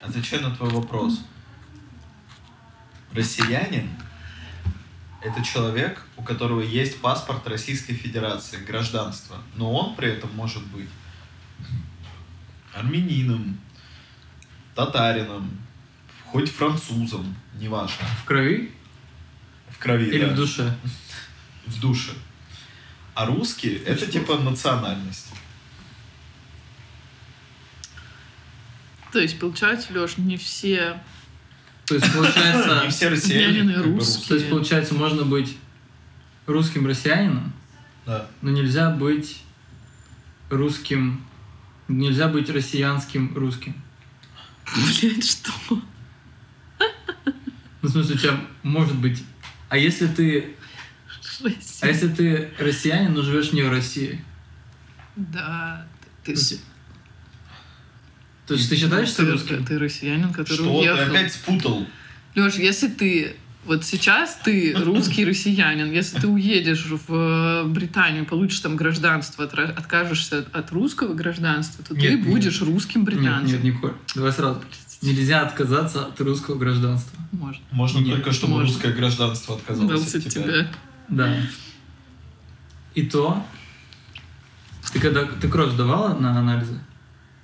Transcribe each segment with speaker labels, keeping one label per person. Speaker 1: Отвечаю на твой вопрос. Россиянин – это человек, у которого есть паспорт Российской Федерации, гражданство. Но он при этом может быть армянином, татарином, хоть французом, неважно,
Speaker 2: В крови
Speaker 1: в крови,
Speaker 2: или
Speaker 1: да,
Speaker 2: в душе?
Speaker 1: в душе. А русские – это
Speaker 2: что?
Speaker 1: типа национальность.
Speaker 3: То есть, получается, Леш, не все...
Speaker 2: То есть,
Speaker 1: Не
Speaker 2: получается,
Speaker 1: все россияне,
Speaker 3: Армянин и
Speaker 1: как бы,
Speaker 3: русский.
Speaker 1: русские.
Speaker 2: то есть, получается, можно быть русским россиянином,
Speaker 1: Да.
Speaker 2: но нельзя быть русским, нельзя быть россиянским русским.
Speaker 3: Блять, что?
Speaker 2: Ну, в смысле, у тебя может быть... А если ты,
Speaker 3: Жесть.
Speaker 2: а если ты россиянин, но живешь не в России?
Speaker 3: Да. Ты,
Speaker 2: Ты То есть ты считаешь, что
Speaker 3: ты-
Speaker 2: ты русский?
Speaker 3: Ты россиянин, который
Speaker 1: Что ты
Speaker 3: уехал.
Speaker 1: опять спутал?
Speaker 3: Леш, если ты... Вот сейчас ты русский россиянин. Если ты уедешь в э, Британию, получишь там гражданство, отра- откажешься от русского гражданства, то ты
Speaker 2: Нет, нет.
Speaker 3: будешь русским
Speaker 2: Нет,
Speaker 3: британцем.
Speaker 2: нет, Николь, давай сразу. Нельзя отказаться от русского гражданства.
Speaker 3: Может,
Speaker 1: Можно
Speaker 2: Нет,
Speaker 1: только, чтобы
Speaker 3: можно.
Speaker 1: русское гражданство отказалось
Speaker 3: дался
Speaker 1: от тебя.
Speaker 3: тебя.
Speaker 2: Да. И то... Ты когда... Ты кровь сдавала на анализы?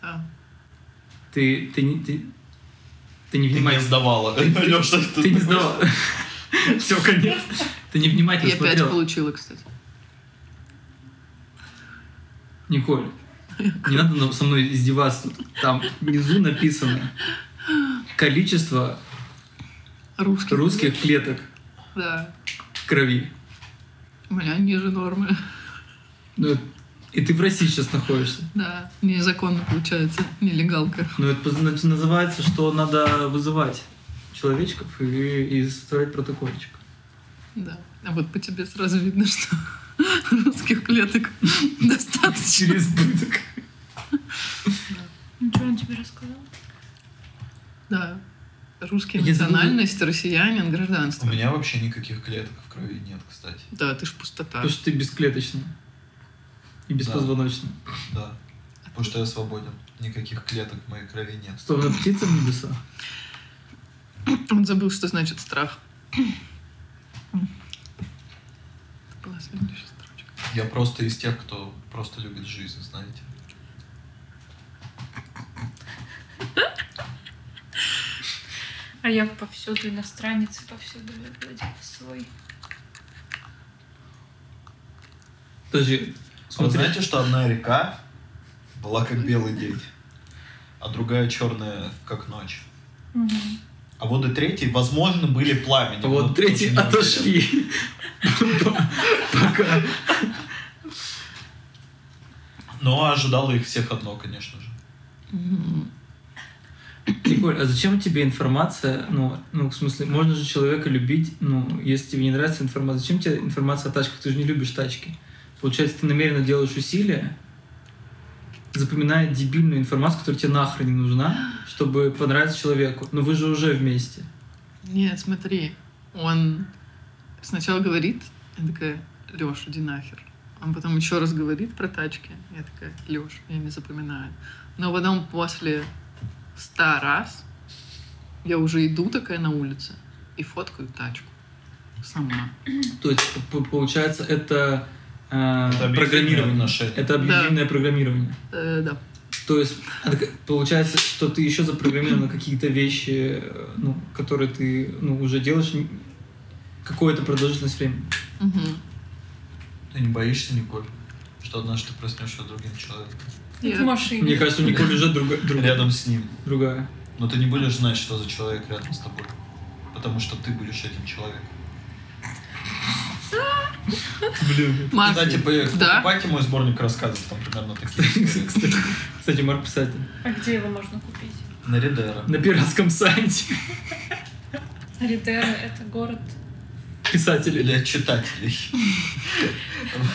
Speaker 3: Да.
Speaker 2: Ты... Ты не... Ты, ты не
Speaker 1: Ты не
Speaker 2: внимательно...
Speaker 1: сдавала.
Speaker 2: Ты- ты-
Speaker 1: Лёша,
Speaker 2: Ты не сдавала. Все, конец. Ты не
Speaker 3: Я
Speaker 2: внимательно
Speaker 3: опять
Speaker 2: смотрела.
Speaker 3: получила, кстати.
Speaker 2: Николь, не надо на- со мной издеваться. Там внизу написано количество
Speaker 3: Русский.
Speaker 2: русских клеток
Speaker 3: Да.
Speaker 2: в крови.
Speaker 3: У меня ниже нормы.
Speaker 2: Ну, и ты в России сейчас находишься.
Speaker 3: Да. Незаконно получается. Нелегалка.
Speaker 2: Ну, это поз- наз- называется, что надо вызывать человечков и, и составлять протокольчик.
Speaker 3: Да. А вот по тебе сразу видно, что русских клеток достаточно.
Speaker 2: Через избыток.
Speaker 4: Ну что он тебе рассказал?
Speaker 3: Да. Русская
Speaker 2: Я забыла.
Speaker 3: национальность, россиянин,
Speaker 1: У
Speaker 3: гражданство.
Speaker 1: меня вообще никаких клеток в крови нет, кстати.
Speaker 3: Да, ты ж пустота.
Speaker 2: Потому что ты бесклеточный. И беспозвоночный.
Speaker 1: Да. Потому что я свободен. Никаких клеток в моей крови нет.
Speaker 2: Словно птица в небесах.
Speaker 3: Он забыл, что значит страх. Это была сегодня лишь строчка.
Speaker 1: Я просто из тех, кто просто любит жизнь, знаете.
Speaker 4: А я повсюду иностранец, и повсюду Владимир свой.
Speaker 2: Подожди,
Speaker 1: Вы
Speaker 2: смотри.
Speaker 1: знаете, что одна река была как белый день, а другая черная как ночь. А воды третьей, возможно, были пламени.
Speaker 2: Вот третий отошли. Пока.
Speaker 1: Но ожидало их всех одно, конечно же.
Speaker 3: М,
Speaker 2: Николь, а зачем тебе информация? Ну, ну, в смысле, можно же человека любить, ну, если тебе не нравится информация. Зачем тебе информация о тачках? Ты же не любишь тачки. Получается, ты намеренно делаешь усилия, запоминая дебильную информацию, которая тебе нахрен не нужна, чтобы понравиться человеку. Но вы же уже вместе.
Speaker 3: Нет, смотри. Он сначала говорит, я такая, Леша, иди нахер. Он потом еще раз говорит про тачки. Я такая, Леш, я не запоминаю. Но потом после ста раз я уже иду такая на улице и фоткаю тачку. Сама.
Speaker 2: То есть, п- п- получается, это, э,
Speaker 1: объективное
Speaker 2: программирование.
Speaker 1: отношение.
Speaker 2: Это объективное программирование.
Speaker 3: Э, да.
Speaker 2: То есть, а так получается, что ты еще запрограммирован на какие-то вещи, э, ну, которые ты ну, уже делаешь м, какое-то продолжительность времени.
Speaker 3: Мгм.
Speaker 1: Ты не боишься, Николь, что однажды ты проснешься другим человеком?
Speaker 3: Я-
Speaker 4: В машине.
Speaker 2: Мне кажется, у Николь уже друга- друга-
Speaker 1: Рядом с ним.
Speaker 2: другая.
Speaker 1: Но ты не будешь знать, что за человек рядом с тобой. Потому что ты будешь этим человеком.
Speaker 2: Блин.
Speaker 3: Марк,
Speaker 1: Кстати, по-
Speaker 3: да?
Speaker 1: покупайте мой сборник рассказов, там примерно такие. истории.
Speaker 2: Кстати, кстати, Марк писатель.
Speaker 4: А где его можно купить?
Speaker 1: На Редера.
Speaker 2: На пиратском сайте
Speaker 4: Ридера — это город.
Speaker 2: писателей.
Speaker 1: Для читателей.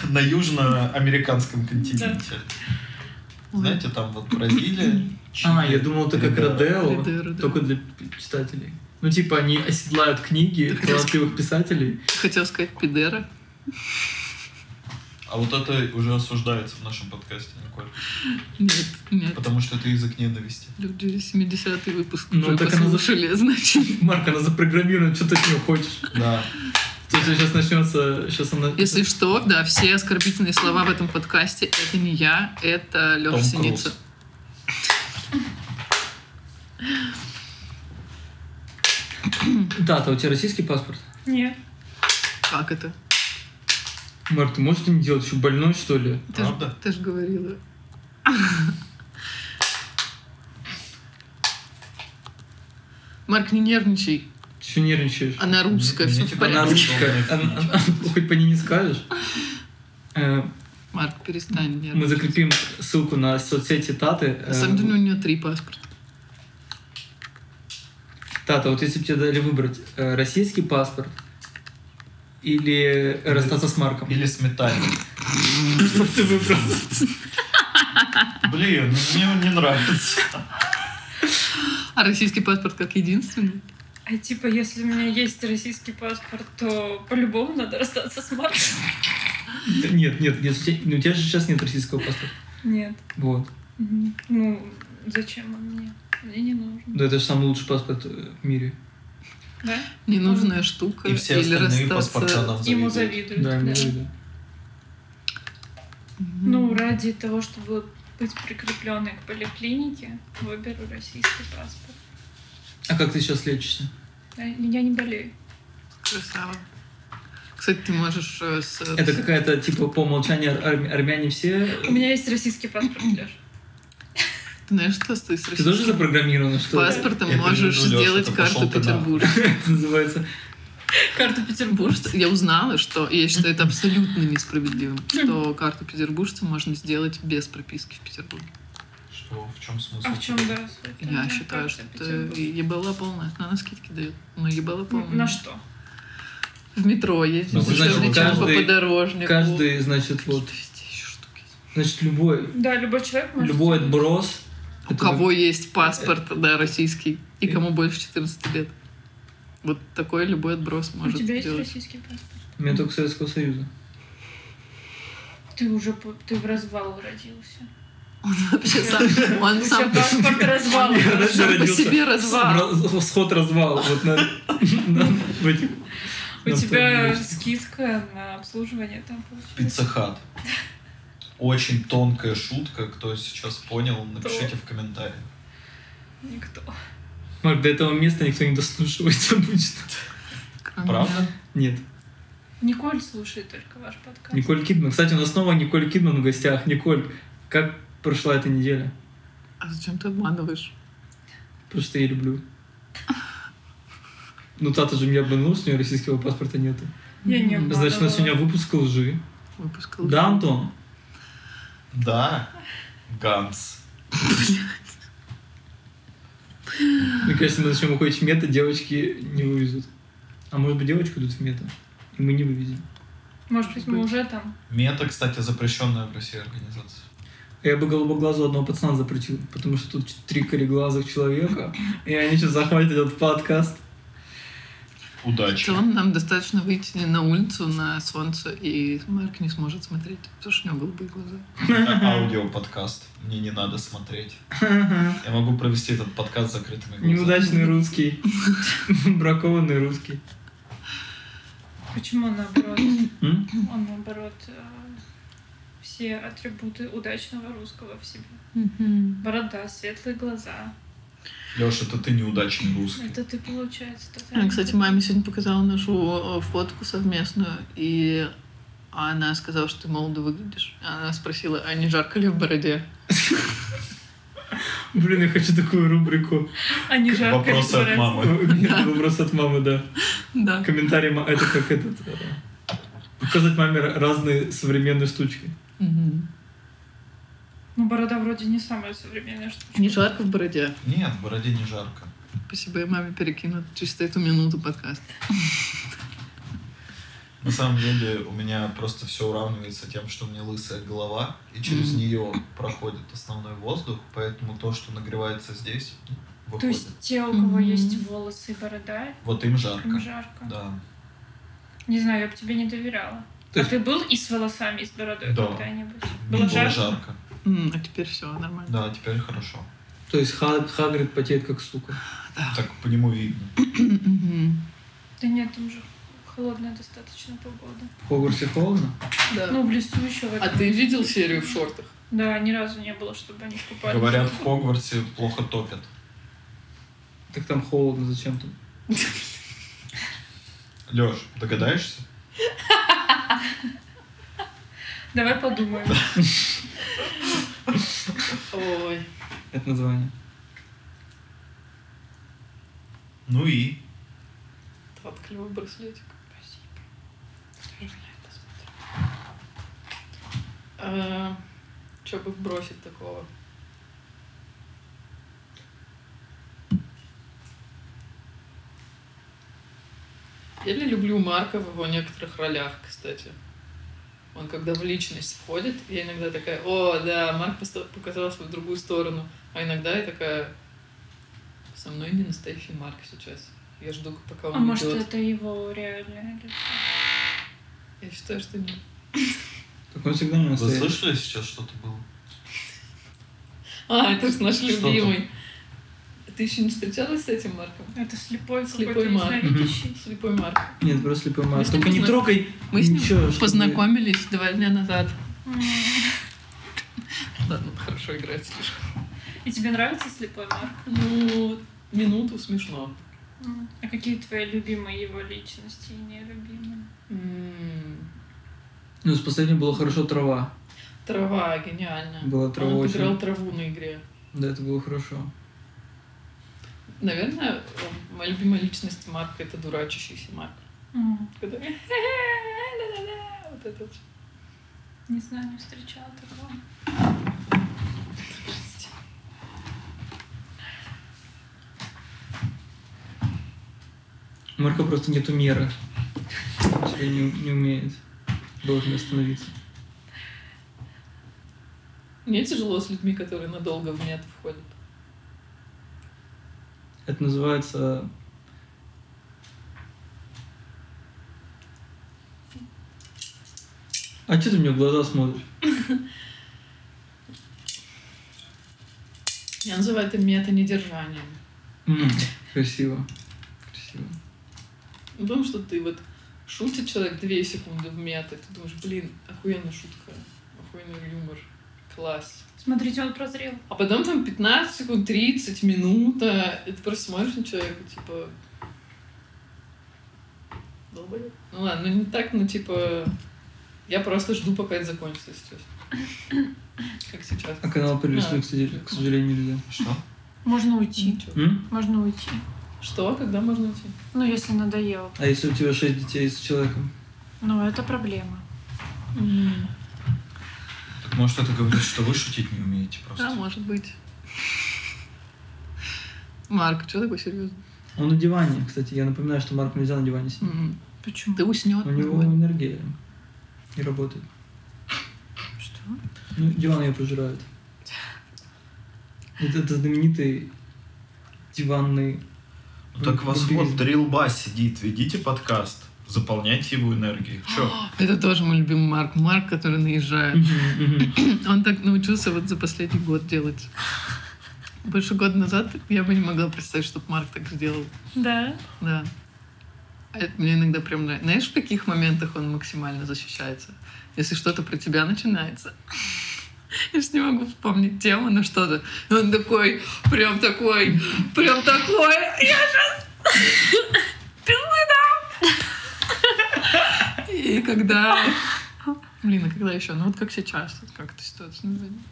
Speaker 1: На южноамериканском континенте.
Speaker 3: Ой.
Speaker 1: Знаете, там вот Бразилия, Чили,
Speaker 2: А, я думал, это как
Speaker 1: Редера.
Speaker 2: Родео,
Speaker 3: Редеро, да.
Speaker 2: только для пи- читателей. Ну, типа, они оседлают книги
Speaker 3: Ты хотел
Speaker 2: талантливых писателей.
Speaker 3: хотел сказать пидера.
Speaker 1: А вот это уже осуждается в нашем подкасте, Николь.
Speaker 3: Нет, нет.
Speaker 1: Потому что это язык ненависти.
Speaker 3: Люди 70-й выпуск
Speaker 2: Ну,
Speaker 3: уже
Speaker 2: так она
Speaker 3: послушали, значит.
Speaker 2: Марк, она запрограммирована, что ты от нее хочешь?
Speaker 1: Да.
Speaker 2: То есть сейчас начнется, сейчас она...
Speaker 3: Если что, да, все оскорбительные слова в этом подкасте это не я, это Леша
Speaker 1: Том
Speaker 3: Синица.
Speaker 2: Да, то у тебя российский паспорт.
Speaker 5: Нет.
Speaker 3: Как это?
Speaker 2: Марк, ты можешь это не делать? Что, больной, что ли?
Speaker 3: Ты ж-
Speaker 1: Правда?
Speaker 3: Ты же говорила. Марк, не нервничай.
Speaker 2: Ты что нервничаешь?
Speaker 3: Она русская,
Speaker 1: Мне-
Speaker 3: все
Speaker 1: мне
Speaker 3: в
Speaker 1: теперь
Speaker 2: Она
Speaker 1: Понятно.
Speaker 3: порядке.
Speaker 2: русская. Она- она- ну, Хоть по ней не скажешь. Э,
Speaker 3: Марк, перестань нервничать.
Speaker 2: Мы закрепим ссылку на соцсети Таты.
Speaker 3: На самом
Speaker 2: Э,
Speaker 3: деле ну, у нее три паспорта.
Speaker 2: Тата, вот если бы тебе дали выбрать э, российский паспорт или расстаться с Марком.
Speaker 1: Или сметане.
Speaker 2: Что ты выбрал?
Speaker 1: Блин, ну, мне он не нравится.
Speaker 3: А российский паспорт как единственный?
Speaker 5: А типа, если у меня есть российский паспорт, то по-любому надо расстаться с Марком.
Speaker 2: Нет, нет, нет, у тебя- ну, у тебя же сейчас нет российского паспорта.
Speaker 5: Нет.
Speaker 2: Вот.
Speaker 5: Мгм. Ну, зачем он мне? Мне не нужен.
Speaker 2: Да это же самый лучший паспорт э, в мире.
Speaker 5: Да?
Speaker 3: Ненужная штука.
Speaker 1: И все
Speaker 3: или
Speaker 1: остальные
Speaker 3: расстаться-
Speaker 1: паспорта нам
Speaker 5: Ему
Speaker 1: завидуют.
Speaker 3: Э,
Speaker 5: завидуют.
Speaker 2: Да,
Speaker 5: да.
Speaker 2: имею в виду.
Speaker 3: Мгм.
Speaker 5: Ну, ради того, чтобы быть прикрепленной к поликлинике, выберу российский паспорт.
Speaker 2: А как ты сейчас лечишься?
Speaker 5: Да, Я не болею.
Speaker 3: Красава. Кстати, ты можешь э, с...
Speaker 2: Это какая-то, типа, по умолчанию ар- арм- армяне все...
Speaker 5: У меня есть российский паспорт, Леш.
Speaker 3: Ты знаешь, что с ты с
Speaker 2: Ты тоже
Speaker 3: российским
Speaker 2: запрограммирована, что ли?
Speaker 3: паспортом
Speaker 1: Я
Speaker 3: можешь
Speaker 1: переведу, Лёша,
Speaker 3: сделать
Speaker 1: ты
Speaker 3: карту
Speaker 1: пошёл ты нахуй.
Speaker 3: Петербурга?
Speaker 2: Это называется.
Speaker 5: Карту Петербуржца.
Speaker 3: Петербуржца. Я узнала, что я считаю это абсолютно несправедливым, что карту петербуржца можно сделать без прописки в Петербурге.
Speaker 1: Что? В чем смысл?
Speaker 5: А в чем, да, суть?
Speaker 3: Я
Speaker 5: Да,
Speaker 3: считаю,
Speaker 5: карта
Speaker 3: что это
Speaker 5: Петербурга. Ну,
Speaker 3: ебала полная. Она на скидки дает. но ебала полная.
Speaker 5: На что?
Speaker 3: В метро ездить.
Speaker 1: Ну, значит,
Speaker 3: Каждый час по
Speaker 2: каждый-
Speaker 3: подорожнику.
Speaker 2: Каждый, значит,
Speaker 3: Какие-то
Speaker 2: вот...
Speaker 3: везде ещё штуки.
Speaker 2: Значит, любой...
Speaker 5: Да, любой человек может...
Speaker 2: Любой отброс...
Speaker 3: У
Speaker 2: это
Speaker 3: кого есть паспорт, да, российский, и
Speaker 2: э.
Speaker 3: кому больше 14 лет. Вот такой любой отброс
Speaker 5: У
Speaker 3: может
Speaker 5: тебя есть
Speaker 3: сделать.
Speaker 5: российский паспорт?
Speaker 2: У меня только Советского Союза.
Speaker 5: Ты уже по- ты в развал родился.
Speaker 3: Вообще сам-
Speaker 5: У
Speaker 3: Он
Speaker 5: тебя
Speaker 3: Ну, сам
Speaker 5: паспорт развал.
Speaker 2: Раз-
Speaker 3: сам по
Speaker 2: родился.
Speaker 3: себе развал.
Speaker 2: Раз- Сход развал. Вот на, на- в этих-
Speaker 5: У
Speaker 2: на
Speaker 5: тебя
Speaker 2: втором месте.
Speaker 5: скидка на обслуживание там получается.
Speaker 1: Пиццахат. Очень тонкая шутка. Кто сейчас понял, напишите в комментариях.
Speaker 5: Никто.
Speaker 2: Марк, до этого места никто не дослушивается обычно.
Speaker 3: Кроме
Speaker 1: Правда?
Speaker 3: меня.
Speaker 2: Нет.
Speaker 5: Николь слушает только ваш подкаст.
Speaker 2: Николь Кидман. Кстати, у нас снова Николь Кидман в гостях. Николь, как прошла эта неделя?
Speaker 3: А зачем ты обманываешь?
Speaker 2: Потому что я ее люблю. Ну, Тата же меня обманула, что у нее российского паспорта нету.
Speaker 5: Я не
Speaker 3: М,
Speaker 5: обманывала.
Speaker 2: Значит, у нас сегодня выпуск лжи.
Speaker 3: Выпуск лжи.
Speaker 2: Да, Антон?
Speaker 1: Да. Ганс.
Speaker 2: Мне кажется, мы начнем уходить в мета, девочки не вывезут. А может быть, девочки идут в мета, и мы не вывезем.
Speaker 5: Может быть, мы уже там.
Speaker 1: Мета, кстати, запрещенная в России организация.
Speaker 2: Я бы голубоглазу одного пацана запретил, потому что тут три кореглазых человека, и они сейчас захватят этот подкаст.
Speaker 3: В
Speaker 1: Удачи.
Speaker 3: целом нам достаточно выйти на улицу на солнце, и Марк не сможет смотреть, потому что у него голубые глаза.
Speaker 1: Это аудиоподкаст. Мне не надо смотреть. Я могу провести этот подкаст с закрытыми глазами.
Speaker 2: Неудачный русский. Бракованный русский.
Speaker 5: Почему наоборот?
Speaker 2: М?
Speaker 5: Он наоборот э, все атрибуты удачного русского в себе. Борода, светлые глаза.
Speaker 1: Леша, это ты неудачный русский.
Speaker 5: Это ты, получается,
Speaker 3: А,
Speaker 5: тотальный.
Speaker 3: Кстати, маме сегодня показала нашу э, фотку совместную, и она сказала, что ты молодо выглядишь. Она спросила, а не жарко ли в бороде?
Speaker 2: Блин, я хочу такую рубрику.
Speaker 5: А не жарко ли
Speaker 1: Вопросы от
Speaker 5: бороде?
Speaker 1: мамы.
Speaker 2: Нет, Вопрос от мамы, да.
Speaker 3: Да.
Speaker 2: Комментарий, ма- это как этот... э, Показать маме р- разные современные штучки.
Speaker 3: Мгм.
Speaker 5: Ну, борода вроде не самая современная штука.
Speaker 3: Не жарко в бороде.
Speaker 1: Нет, в бороде не жарко.
Speaker 3: Спасибо, я маме перекину чисто эту минуту подкаст.
Speaker 1: На самом деле у меня просто все уравнивается тем, что у меня лысая голова, и через
Speaker 3: Мгм.
Speaker 1: нее проходит основной воздух, поэтому то, что нагревается здесь,
Speaker 5: То
Speaker 1: выходит.
Speaker 5: есть те, у кого
Speaker 3: Мгм.
Speaker 5: есть волосы и борода,
Speaker 1: Вот им жарко.
Speaker 5: им жарко.
Speaker 1: Да.
Speaker 5: Не знаю, я бы тебе не доверяла.
Speaker 4: А
Speaker 2: То есть-
Speaker 4: ты был и с волосами, и с бородой
Speaker 1: Да.
Speaker 4: когда-нибудь?
Speaker 1: Мне
Speaker 4: Было
Speaker 1: Было
Speaker 4: жарко?
Speaker 1: жарко.
Speaker 3: М, А теперь все нормально.
Speaker 1: Да, теперь хорошо.
Speaker 2: То есть Ха- Хагрид потеет как сука.
Speaker 1: Так по нему видно.
Speaker 3: Мгм.
Speaker 4: Да нет, там же холодная достаточно погода.
Speaker 2: В Хогвартсе холодно?
Speaker 3: Да.
Speaker 4: Ну, в лесу еще в
Speaker 3: А
Speaker 4: этом.
Speaker 3: ты видел серию в шортах?
Speaker 4: Да, ни разу не было, чтобы они купались.
Speaker 1: Говорят, в Хогвартсе плохо топят.
Speaker 2: Так там холодно, зачем там?
Speaker 1: Леш, догадаешься?
Speaker 4: Давай подумаем.
Speaker 3: Ой.
Speaker 2: Это название.
Speaker 1: Ну и
Speaker 3: Тот клевый браслетик.
Speaker 4: Спасибо.
Speaker 3: Че А, бы бросить такого? Я ли люблю Марка в его некоторых ролях, кстати. Он когда в личность входит, я иногда такая, о, да, Марк поста- показал свою другую сторону. А иногда я такая, со мной не настоящий Марк сейчас. Я жду, пока он
Speaker 4: А может,
Speaker 3: уйдет».
Speaker 4: это его реальное лицо?
Speaker 3: Я считаю, что нет.
Speaker 2: Так он всегда не
Speaker 1: вы
Speaker 2: настоящий.
Speaker 1: слышали сейчас что-то было?
Speaker 3: А, это же наш
Speaker 1: Что там?
Speaker 3: любимый. Ты еще не встречалась с этим Марком?
Speaker 4: Это слепой
Speaker 3: Слепой
Speaker 4: какой-то
Speaker 3: маг.
Speaker 4: ясновидящий.
Speaker 3: Слепой Марк.
Speaker 2: Нет, просто слепой
Speaker 3: Мы
Speaker 2: маг.
Speaker 3: с ним
Speaker 2: Только не
Speaker 3: позна-
Speaker 2: трогай
Speaker 3: Мы с ним
Speaker 2: ничего, чтобы-
Speaker 3: познакомились два дня назад.
Speaker 4: М.
Speaker 3: Ладно, ну, хорошо играет слишком.
Speaker 4: И тебе нравится слепой маг?
Speaker 3: Ну, минуту смешно.
Speaker 4: М. А какие твои любимые его личности и нелюбимые?
Speaker 3: М,
Speaker 2: Ну, с последнего было хорошо трава.
Speaker 3: Трава гениально.
Speaker 2: Была трава
Speaker 3: Он
Speaker 2: очень.
Speaker 3: отыграл траву на игре.
Speaker 2: Да, это было хорошо.
Speaker 3: Наверное, э, моя любимая личность Марка — это дурачащийся Марк.
Speaker 4: М.
Speaker 3: Когда... «Ля-ля-ля», Вот это вот.
Speaker 4: Не знаю, не встречала такого.
Speaker 3: Прости.
Speaker 2: У Марка просто нету меры. Он себя не, не умеет. Должен остановиться.
Speaker 3: Мне тяжело с людьми, которые надолго в мет входят.
Speaker 2: Это называется... А что ты мне в глаза смотришь?
Speaker 3: Я называю это мета-недержанием.
Speaker 2: М, красиво. Красиво.
Speaker 3: Ну, потому что ты вот шутит человек две секунды в мет, и ты думаешь, блин, охуенная шутка, охуенный юмор, класс.
Speaker 4: Смотрите, он прозрел.
Speaker 3: А потом там 15 секунд, 30, минута, и ты просто смотришь на человека, типа... Долбоёб. Ну ладно, ну не так, ну типа... Я просто жду, пока это закончится сейчас. Как сейчас.
Speaker 2: А канал прилистнуть,
Speaker 3: Да.
Speaker 2: кстати, к сожалению, нельзя.
Speaker 1: Что?
Speaker 5: Можно уйти.
Speaker 3: Ничего.
Speaker 2: М?
Speaker 5: Можно уйти.
Speaker 3: Что? Когда можно идти?
Speaker 5: Ну, если надоело.
Speaker 2: А если у тебя шесть детей с человеком?
Speaker 5: Но Ну, это проблема.
Speaker 1: Так может это говорит, что вы шутить не умеете
Speaker 3: Да,
Speaker 1: просто?
Speaker 3: а, может быть. Марк, что такой серьезный?
Speaker 2: Он Ну, на диване, кстати. Я напоминаю, что Марк нельзя на диване сидеть.
Speaker 3: М-м.
Speaker 5: Почему?
Speaker 3: Ты уснет.
Speaker 2: У него энергия не работает.
Speaker 5: Что?
Speaker 2: Ну, диван ее пожирает. Вот это знаменитый диванный...
Speaker 1: Ну, так вас вот
Speaker 2: вампиризм.
Speaker 1: Дрилба сидит, ведите подкаст, заполняйте его энергией. Че?
Speaker 3: Это тоже мой любимый Марк. Марк, который наезжает.
Speaker 2: Мгм, мгм.
Speaker 3: Он так научился вот за последний год делать. Больше года назад я бы не могла представить, чтобы Марк так сделал.
Speaker 4: Да.
Speaker 3: Да. А это мне иногда прям нравится. Знаешь, в каких моментах он максимально защищается? Если что-то про тебя начинается. Я же не могу вспомнить тему, но что-то. И Он такой, прям такой, прям такой. Я сейчас пизды дам. И когда... Блин, а когда еще? Ну вот как сейчас, вот как эта ситуация назовём?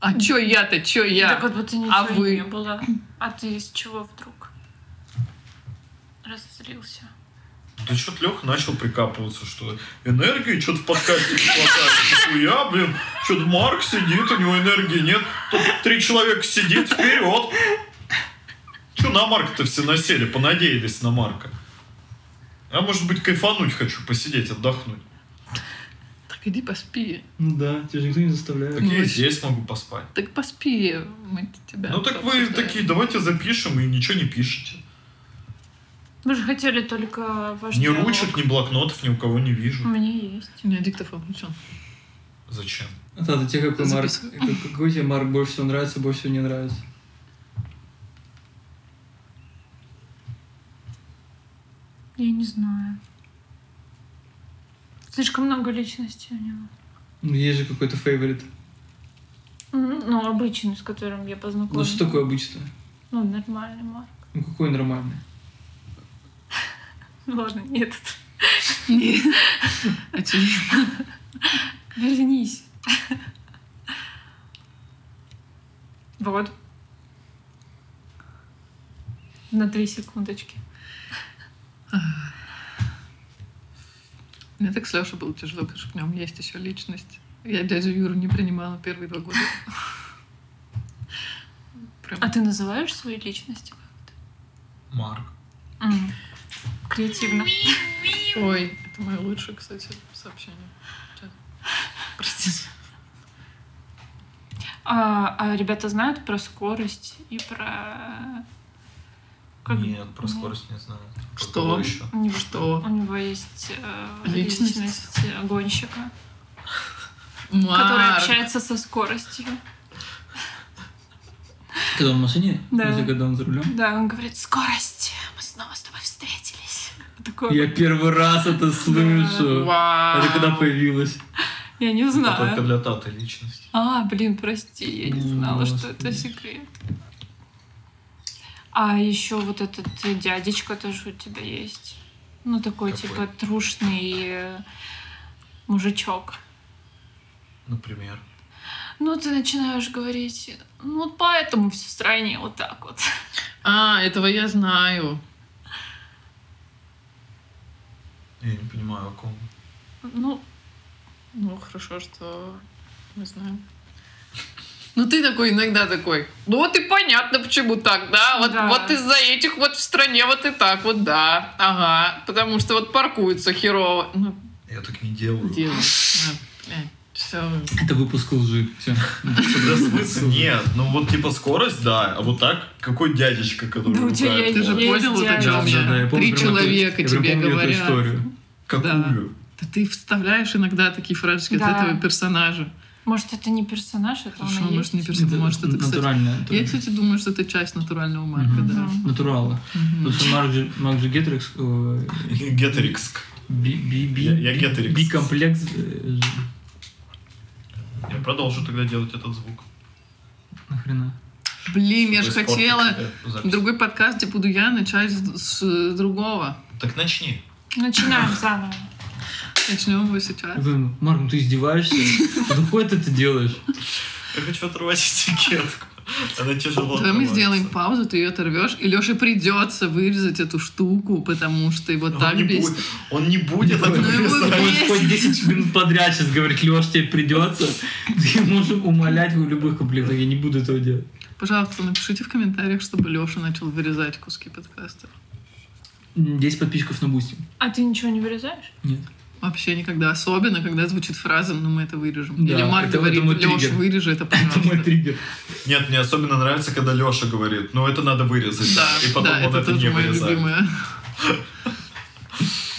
Speaker 3: А чё я-то, чё я?
Speaker 5: Так вот, вот и ничего
Speaker 3: А вы?
Speaker 5: не было. А ты из чего вдруг? Разозлился.
Speaker 1: Да что-то Леха начал прикапываться, что энергии что-то в подкасте не хватает. Нихуя, блин, что-то Марк сидит, у него энергии нет. Тут три человека сидит вперед. Че на Марка-то все насели, понадеялись на Марка. Я, может быть, кайфануть хочу, посидеть, отдохнуть.
Speaker 3: Так иди поспи.
Speaker 2: Ну да, тебя же никто не
Speaker 1: Так я
Speaker 2: заставляет.
Speaker 1: и
Speaker 3: Ну,
Speaker 1: здесь могу поспать.
Speaker 3: Так поспи, мы тебя
Speaker 1: ну так вы
Speaker 3: обсуждаем.
Speaker 1: такие, давайте запишем и ничего не пишете.
Speaker 5: Вы же хотели только ваш
Speaker 1: Ни
Speaker 5: диалог.
Speaker 1: ручек, ни блокнотов ни у кого не
Speaker 5: У
Speaker 1: вижу.
Speaker 5: меня есть.
Speaker 3: У меня диктофон включен.
Speaker 1: Зачем?
Speaker 2: Да, да, А тебе какой Марк,
Speaker 3: Записывай.
Speaker 2: как- какой тебе Марк больше всего нравится, больше всего не нравится?
Speaker 5: Я не знаю. Слишком много личностей у него.
Speaker 2: Ну, есть же какой-то фейворит.
Speaker 5: М, Ну, обычный, с которым я
Speaker 2: Ну,
Speaker 5: познакомилась.
Speaker 2: что такое обычно?
Speaker 5: Ну, нормальный Марк.
Speaker 2: Ну, какой нормальный?
Speaker 5: Ну, Ладно, нет.
Speaker 3: Нет. Очевидно.
Speaker 5: Вернись. Вот. На три секундочки.
Speaker 3: Мне так с Лешей было тяжело, потому что в нем есть еще личность. Я дядю Юру не принимала первые два года. Прям.
Speaker 5: А ты называешь свои личности?
Speaker 1: Марк.
Speaker 5: М. Креативно.
Speaker 3: Ой, это мое лучшее, кстати, сообщение. Чат. Простите.
Speaker 5: А, а ребята знают про скорость и про... Как-
Speaker 1: Нет, про скорость не знаю. Про
Speaker 3: Что?
Speaker 1: кого еще?
Speaker 5: У него,
Speaker 3: Что?
Speaker 5: у него есть э,
Speaker 3: Личность?
Speaker 5: личность. гонщика, который
Speaker 3: Марк.
Speaker 5: общается со скоростью.
Speaker 2: Когда он в машине?
Speaker 5: Да.
Speaker 2: Или когда он за рулем?
Speaker 5: Да, он говорит, скорость, мы снова с тобой встретились. Такое
Speaker 2: Я
Speaker 5: вот.
Speaker 2: первый раз это слышу.
Speaker 3: Вау.
Speaker 2: Это когда появилось?
Speaker 5: я не
Speaker 1: Это
Speaker 5: знаю.
Speaker 1: только для Таты личность.
Speaker 5: А, блин, прости, я не знала,
Speaker 2: Ну,
Speaker 5: что это
Speaker 2: господи.
Speaker 5: секрет. А еще вот этот э, дядечка тоже у тебя есть. Ну, такой,
Speaker 1: Какой?
Speaker 5: типа, трушный э, мужичок.
Speaker 1: Например.
Speaker 5: Ну, ты начинаешь говорить, ну, вот поэтому все в стране вот так вот.
Speaker 3: А, этого я знаю.
Speaker 1: Я не понимаю, о ком.
Speaker 5: Ну,
Speaker 3: Ну, хорошо, что мы знаем. Ну, ты такой иногда такой. Ну, вот и понятно, почему так, да? Вот,
Speaker 5: Да.
Speaker 3: вот из-за этих вот в стране вот и так вот, да. Ага, потому что вот паркуются херово. Ну, э,
Speaker 1: Я так не делаю.
Speaker 3: дело. Все.
Speaker 2: Это выпуск лжи. Всё.
Speaker 1: Да смысл? Нет, ну вот типа скорость, да, а вот так какой дядечка, который
Speaker 5: Да у тебя
Speaker 1: ругает
Speaker 5: есть-
Speaker 3: Ты же
Speaker 1: его?
Speaker 5: есть
Speaker 3: понял, вот о
Speaker 5: дядя.
Speaker 3: чем
Speaker 2: Да, да,
Speaker 3: я?
Speaker 2: я помню
Speaker 3: Три
Speaker 2: прям эту-
Speaker 3: человека
Speaker 2: я прям
Speaker 3: тебе
Speaker 2: помню эту
Speaker 3: говорят.
Speaker 2: историю.
Speaker 1: Какую?
Speaker 3: Да ты вставляешь иногда такие фразочки от
Speaker 5: Да.
Speaker 3: этого персонажа.
Speaker 5: может, это не персонаж, это он и
Speaker 3: Хорошо, может, не
Speaker 5: есть.
Speaker 3: персонаж, может, это, кстати...
Speaker 2: натурально.
Speaker 3: Я, кстати, думаю, что это часть натурального марка,
Speaker 2: Мгм.
Speaker 3: да.
Speaker 5: Мгм.
Speaker 2: Натурала.
Speaker 3: Мгм.
Speaker 2: Потому что Марк же, Марк же гетерикс... э,
Speaker 1: Гетерикск.
Speaker 2: би- би- би-
Speaker 1: Я- я
Speaker 2: би-
Speaker 1: гетерикс.
Speaker 2: Бикомплекс. э, ж-
Speaker 1: Я продолжу тогда делать этот звук.
Speaker 2: Нахрена?
Speaker 3: Блин, я же
Speaker 1: Чтобы
Speaker 3: хотела...
Speaker 1: испортить себе э, запись.
Speaker 3: Другой подкаст, где буду я, начать с, с другого.
Speaker 1: Так начни.
Speaker 5: Начинаем заново.
Speaker 3: Начнем его
Speaker 2: Я
Speaker 3: сейчас.
Speaker 2: говорю, Марк, ну ты издеваешься? Какой ты это делаешь?
Speaker 1: Я хочу оторвать этикетку. Она тяжело
Speaker 3: Давай мы
Speaker 1: отрывается.
Speaker 3: сделаем паузу, ты ее оторвешь, и Леше придется вырезать эту штуку, потому что его
Speaker 1: Он
Speaker 3: так
Speaker 1: не
Speaker 3: бесит.
Speaker 1: будет- Он не будет это
Speaker 2: Ну,
Speaker 3: его
Speaker 1: писать.
Speaker 3: вырезать.
Speaker 2: Можешь хоть 10 минут подряд сейчас говорить, Леш, тебе придется. Ты можешь умолять в любых комплектах, я не буду этого делать.
Speaker 3: Пожалуйста, напишите в комментариях, чтобы Леша начал вырезать куски подкаста.
Speaker 2: М, 10 подписчиков на бусте.
Speaker 5: А ты ничего не вырезаешь?
Speaker 2: Нет.
Speaker 3: Вообще никогда. Особенно, когда звучит фраза, ну мы это вырежем.
Speaker 2: Да,
Speaker 3: Или Марк
Speaker 2: это-
Speaker 3: говорит,
Speaker 2: это мой
Speaker 3: Леша,
Speaker 2: триггер.
Speaker 3: вырежи это,
Speaker 2: Это мой
Speaker 3: пожалуйста.
Speaker 2: триггер.
Speaker 1: Нет, мне особенно нравится, когда Леша говорит, ну это надо вырезать.
Speaker 3: Да,
Speaker 1: И потом
Speaker 3: да,
Speaker 1: он
Speaker 3: это
Speaker 1: это не
Speaker 3: тоже моя
Speaker 1: вырезает.
Speaker 3: любимая.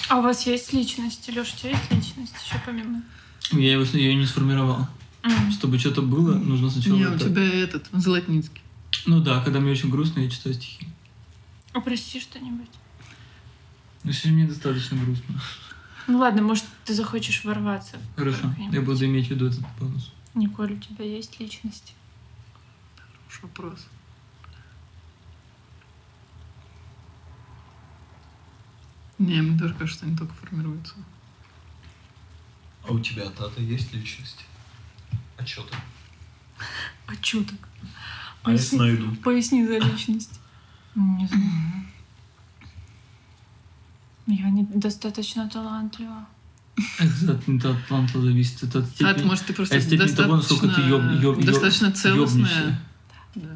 Speaker 5: А у вас есть личность, Леша, у тебя есть личность еще помимо?
Speaker 2: Я его с- я её не сформировал.
Speaker 5: М.
Speaker 2: Чтобы что-то было, нужно сначала...
Speaker 3: Не, у
Speaker 2: это-
Speaker 3: тебя этот, Золотницкий.
Speaker 2: Ну да, когда мне очень грустно, я читаю стихи.
Speaker 5: А прости что-нибудь.
Speaker 2: Ну, сегодня мне достаточно грустно.
Speaker 5: Ну ладно, может, ты захочешь ворваться.
Speaker 2: Хорошо, я буду иметь в виду этот бонус.
Speaker 5: Николь, у тебя есть личность?
Speaker 3: Хороший вопрос. Не, мне тоже кажется, они только формируются.
Speaker 1: А у тебя, Тата, есть личность? А что ты?
Speaker 5: А чё так?
Speaker 1: А если найду?
Speaker 5: Поясни за личность. Не знаю. Я недостаточно талантлива.
Speaker 2: Это от не от таланта зависит, это от
Speaker 3: Тат,
Speaker 2: степени.
Speaker 3: может, ты просто
Speaker 2: а степень
Speaker 3: достаточно,
Speaker 2: того, насколько ты ёб- ёб- ёб-
Speaker 3: достаточно целостная.
Speaker 2: ёбнешься.
Speaker 3: Да.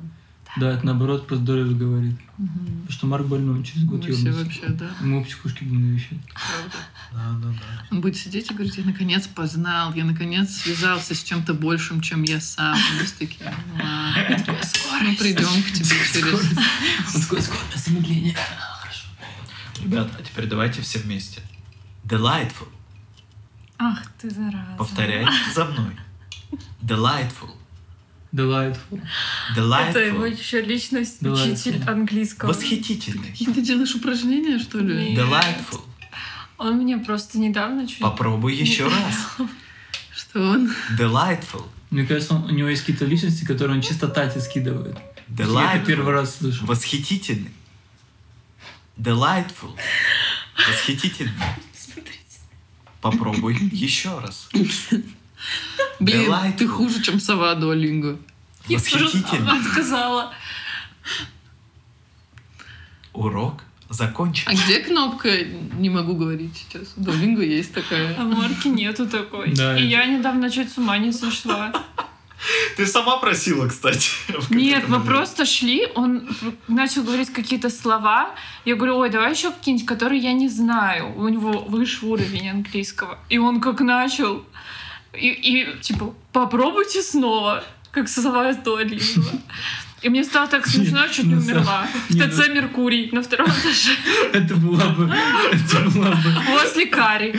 Speaker 2: Да, это наоборот про здоровье говорит.
Speaker 3: Мгм.
Speaker 2: Потому что Марк больной, через
Speaker 3: Мы
Speaker 2: год
Speaker 3: все
Speaker 2: ёбнется.
Speaker 3: вообще, да,
Speaker 2: Мы его психушки будем навещать.
Speaker 3: правда.
Speaker 1: Да, да, да.
Speaker 3: Он будет сидеть и говорить, я наконец познал, я наконец связался с чем-то большим, чем я сам. И Мы все такие, «Ладно, мы придем к тебе через...
Speaker 2: Он такой, скорость замедление. Хорошо.
Speaker 6: Ребят, а теперь давайте все вместе. Delightful.
Speaker 5: Ах ты, зараза.
Speaker 6: Повторяйте за мной. Delightful.
Speaker 2: Delightful.
Speaker 5: Это его
Speaker 6: Delightful.
Speaker 5: еще личность,
Speaker 2: Давай.
Speaker 5: учитель английского.
Speaker 6: Восхитительный.
Speaker 3: И ты делаешь упражнения, что ли?
Speaker 5: Нет.
Speaker 6: Delightful.
Speaker 5: Он мне просто недавно чуть...
Speaker 6: Попробуй еще раз.
Speaker 3: Что он?
Speaker 6: Delightful.
Speaker 2: Мне кажется, он- у него есть какие-то личности, которые он чисто тати скидывает. Я это первый
Speaker 6: Delightful.
Speaker 2: раз слышу.
Speaker 6: Восхитительный. Delightful. Восхитительный.
Speaker 4: Смотрите.
Speaker 6: Попробуй еще раз.
Speaker 3: Блин,
Speaker 6: Delightful.
Speaker 3: ты хуже, чем сова Дуолинго.
Speaker 5: Я а. тоже
Speaker 6: Восхитительный.
Speaker 5: Отказала.
Speaker 6: Урок
Speaker 3: А
Speaker 6: закончен.
Speaker 3: где кнопка «Не могу говорить сейчас»? У Дуолинго есть такая.
Speaker 5: А Морки нету такой.
Speaker 2: Да,
Speaker 5: И
Speaker 2: это-
Speaker 5: я недавно чуть с ума не сошла.
Speaker 6: Ты сама просила, кстати. в
Speaker 5: Нет,
Speaker 6: какой-то
Speaker 5: мы
Speaker 6: момент.
Speaker 5: просто шли, он начал говорить какие-то слова. Я говорю, ой, давай еще какие-нибудь, которые я не знаю. У него выше уровень английского. И он как начал. И, и, типа, попробуйте снова, как слова Дуолинго. И мне стало так смешно, я чуть не
Speaker 2: ну, Саш,
Speaker 5: умерла. В
Speaker 2: не, ну.
Speaker 5: ТЦ «Меркурий» на втором этаже,
Speaker 2: Это была бы... Это была бы...
Speaker 5: возле Кари.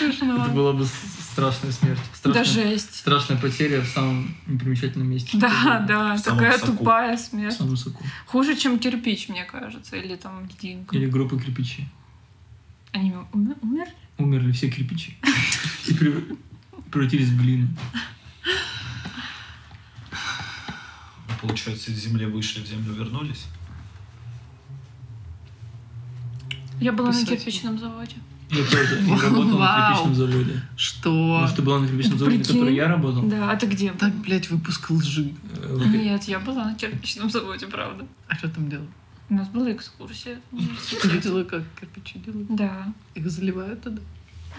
Speaker 2: Это была бы с- страшная смерть.
Speaker 5: Да
Speaker 2: Страшная,
Speaker 5: жесть.
Speaker 2: страшная потеря в самом непримечательном месте.
Speaker 5: Да, да,
Speaker 6: В самом
Speaker 5: такая
Speaker 6: соку.
Speaker 5: тупая
Speaker 2: В
Speaker 5: смерть.
Speaker 2: самом соку.
Speaker 5: Хуже, чем кирпич, мне кажется, или там льдинка.
Speaker 2: Или группа кирпичи.
Speaker 5: Они умер- умерли?
Speaker 2: Умерли все кирпичи. И прев- превратились в глину.
Speaker 6: Получается, из земли вышли, в землю вернулись.
Speaker 5: Я была на
Speaker 3: Писатель.
Speaker 5: кирпичном заводе.
Speaker 2: Я тоже не работал на
Speaker 3: Вау.
Speaker 2: кирпичном заводе.
Speaker 3: Что?
Speaker 2: Потому что была на кирпичном заводе, на
Speaker 5: Прикинь.
Speaker 2: котором я работал.
Speaker 5: Да, а ты где?
Speaker 3: Так, блядь, выпуск лжи.
Speaker 2: э, в опе-
Speaker 5: Нет, я была на кирпичном заводе, правда.
Speaker 3: А что там делал?
Speaker 5: У нас была экскурсия.
Speaker 3: Ты
Speaker 5: в университете.
Speaker 3: видела, как кирпичи делают?
Speaker 5: Да.
Speaker 3: Их заливают туда?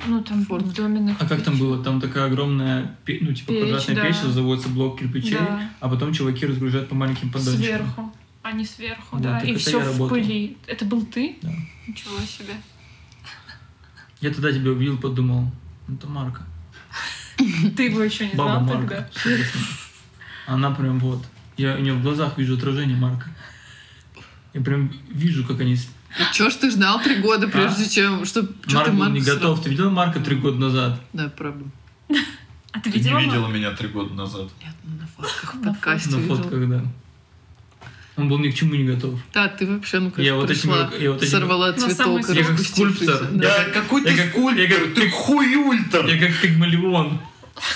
Speaker 5: Ну, там
Speaker 3: Форма.
Speaker 5: в доме на
Speaker 2: А как там
Speaker 5: кирпиче.
Speaker 2: было? Там такая огромная, пе- ну, типа
Speaker 5: Печь,
Speaker 2: квадратная
Speaker 5: да.
Speaker 2: печь, заводится блок кирпичей,
Speaker 5: Да.
Speaker 2: а потом чуваки разгружают по маленьким поддончикам.
Speaker 5: Сверху. А не сверху,
Speaker 2: Вот,
Speaker 5: да.
Speaker 2: Ну, так
Speaker 5: И
Speaker 2: это
Speaker 5: все
Speaker 2: я
Speaker 5: в
Speaker 2: работал.
Speaker 5: пыли. Это был ты?
Speaker 2: Да.
Speaker 5: Ничего себе.
Speaker 2: Я тогда тебя увидел, подумал, Ну, это Марка.
Speaker 5: Ты его еще не
Speaker 2: Баба
Speaker 5: знал тогда.
Speaker 2: Марка. соответственно. Она прям вот. Я у нее в глазах вижу отражение Марка. Я прям вижу, как они... с-
Speaker 3: Че ж ты ждал три года, прежде чем... Что, чё
Speaker 2: Марк
Speaker 3: ты
Speaker 2: был
Speaker 3: Марку
Speaker 2: А? не
Speaker 3: сразу-
Speaker 2: готов. Ты видел Марка три года назад?
Speaker 3: Да, правда.
Speaker 5: А ты
Speaker 1: Ты не
Speaker 5: видела?
Speaker 1: видела меня три года назад.
Speaker 3: Нет, ну, на фотках в
Speaker 5: На
Speaker 3: подкасте
Speaker 2: На
Speaker 3: видел.
Speaker 2: фотках, да. Он был ни к чему не готов.
Speaker 3: Да, ты вообще, ну,
Speaker 2: Я
Speaker 3: конечно,
Speaker 2: вот этими
Speaker 3: пришла,
Speaker 2: рук- я вот этими-
Speaker 3: сорвала
Speaker 5: самый
Speaker 3: цветок. и
Speaker 5: Я
Speaker 2: как
Speaker 3: распустившийся,
Speaker 2: скульптор.
Speaker 3: да.
Speaker 1: Да, какой
Speaker 2: я
Speaker 1: ты
Speaker 2: как- я
Speaker 1: скульптор,
Speaker 2: как-
Speaker 1: ты
Speaker 2: Я
Speaker 1: хуюльтер.
Speaker 2: как пигмалион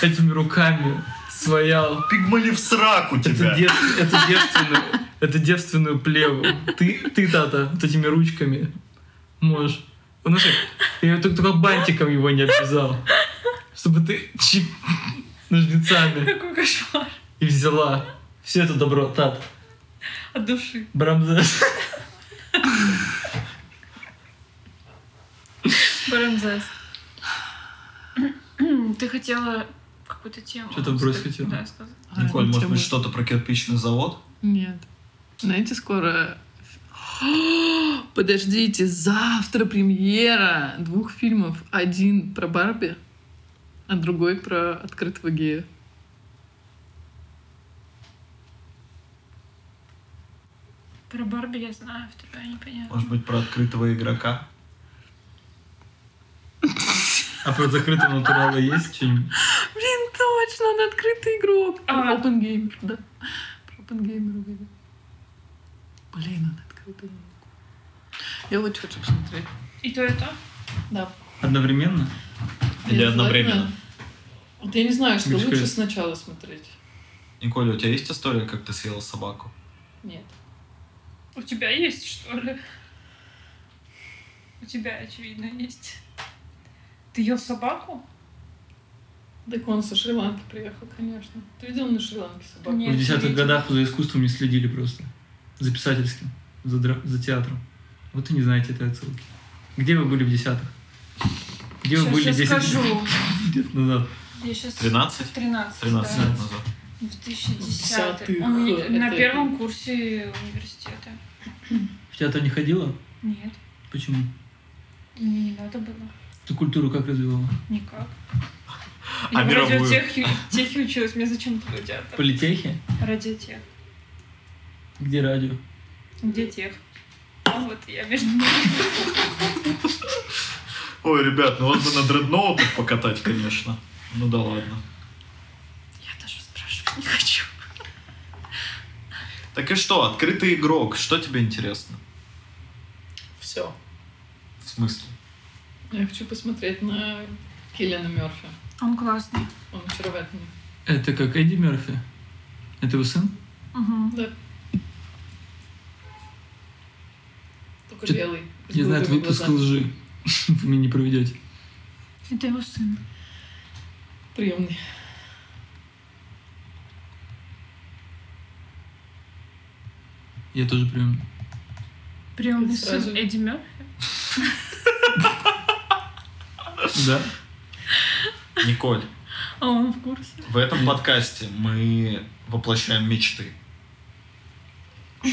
Speaker 2: этими руками своял.
Speaker 1: Пигмали в сраку тебя.
Speaker 2: Это, дев- это девственную, это девственную плеву. Ты, ты, Тата, вот этими ручками можешь. Ну, ты, я только, только бантиком его не обвязал. Чтобы ты чип ножницами
Speaker 4: Какой кошмар.
Speaker 2: и взяла. Все это добро, Тат.
Speaker 4: От души.
Speaker 2: Брамза.
Speaker 4: Баранзас.
Speaker 5: Ты хотела какую-то тему.
Speaker 2: Что там вбрось
Speaker 5: сказать,
Speaker 2: хотела?
Speaker 5: Да, сказать.
Speaker 3: А,
Speaker 6: Николь, может
Speaker 3: тема-
Speaker 6: быть, что-то про кирпичный завод?
Speaker 3: Нет. Знаете, скоро... О, Подождите, завтра премьера двух фильмов. Один про Барби, а другой про открытого гея.
Speaker 5: Про Барби я знаю, второе непонятно.
Speaker 6: Может быть, про открытого игрока?
Speaker 2: А про закрытого натурала есть что-нибудь?
Speaker 3: Блин, точно, он открытый игрок.
Speaker 5: А.
Speaker 3: Опенгеймер, да. Про опенгеймера говорю. Блин, он открытый игрок. Я очень хочу посмотреть.
Speaker 4: И то, и то.
Speaker 3: Да.
Speaker 2: Одновременно?
Speaker 6: Или
Speaker 3: Я
Speaker 6: одновременно?
Speaker 3: желательно- Вот я не знаю, что
Speaker 2: Мишка,
Speaker 3: лучше
Speaker 2: есть?
Speaker 3: сначала смотреть.
Speaker 6: Николь, у тебя есть история, как ты съела собаку?
Speaker 3: Нет.
Speaker 4: У тебя есть, что ли? У тебя, очевидно, есть. Ты ел собаку?
Speaker 3: Так он со Шри-Ланки приехал, конечно. Ты видел на Шри-Ланке собаку?
Speaker 5: Нет,
Speaker 2: В десятых
Speaker 5: видимо.
Speaker 2: годах за искусством не следили просто. За писательским, за, дра- за театром. Вот и не знаете этой отсылки. Где вы были в десятых? Где вы
Speaker 5: Щас
Speaker 2: были
Speaker 5: я
Speaker 2: 10
Speaker 5: скажу.
Speaker 2: лет назад?
Speaker 5: Я сейчас...
Speaker 6: 13?
Speaker 5: 13,
Speaker 6: 13
Speaker 5: да.
Speaker 6: лет назад.
Speaker 5: В 2010.
Speaker 3: Десятых,
Speaker 5: Он мне-
Speaker 3: это-
Speaker 5: на первом курсе университета.
Speaker 2: В театр не ходила?
Speaker 5: Нет,
Speaker 2: Почему?
Speaker 5: мне не надо было.
Speaker 2: Ты культуру как развивала?
Speaker 5: Никак.
Speaker 6: А
Speaker 5: Я в
Speaker 6: мировую?
Speaker 5: радиотехе техе училась, мне зачем туда театр?
Speaker 2: Политехи?
Speaker 5: Радиотех.
Speaker 2: Где радио?
Speaker 4: Где тех?
Speaker 5: А
Speaker 7: Ну вот я между ними.
Speaker 8: Ой, ребят, ну вот бы на дредноутах покатать, конечно. Ну да ладно.
Speaker 7: Я даже спрашивать не хочу.
Speaker 1: Так и что, открытый игрок, что тебе интересно?
Speaker 3: Все.
Speaker 1: В смысле?
Speaker 3: Я хочу посмотреть на Киллиана Мерфи.
Speaker 5: Он классный.
Speaker 3: Он очаровательный.
Speaker 2: Это как Эдди Мерфи. Это его сын?
Speaker 5: Мгм.
Speaker 3: Только
Speaker 2: Чё-
Speaker 3: белый. с
Speaker 2: Не знаю, это
Speaker 3: голубыми
Speaker 2: выпуск
Speaker 3: глазами.
Speaker 2: лжи. Вы меня не проведете.
Speaker 5: Это его сын.
Speaker 3: Приемный.
Speaker 2: Я тоже прям...
Speaker 5: Приемный
Speaker 3: Тут сразу-
Speaker 5: сын Эдди Мёрфи.
Speaker 2: Да?
Speaker 1: Николь,
Speaker 5: А он в курсе.
Speaker 1: в этом подкасте мы воплощаем мечты.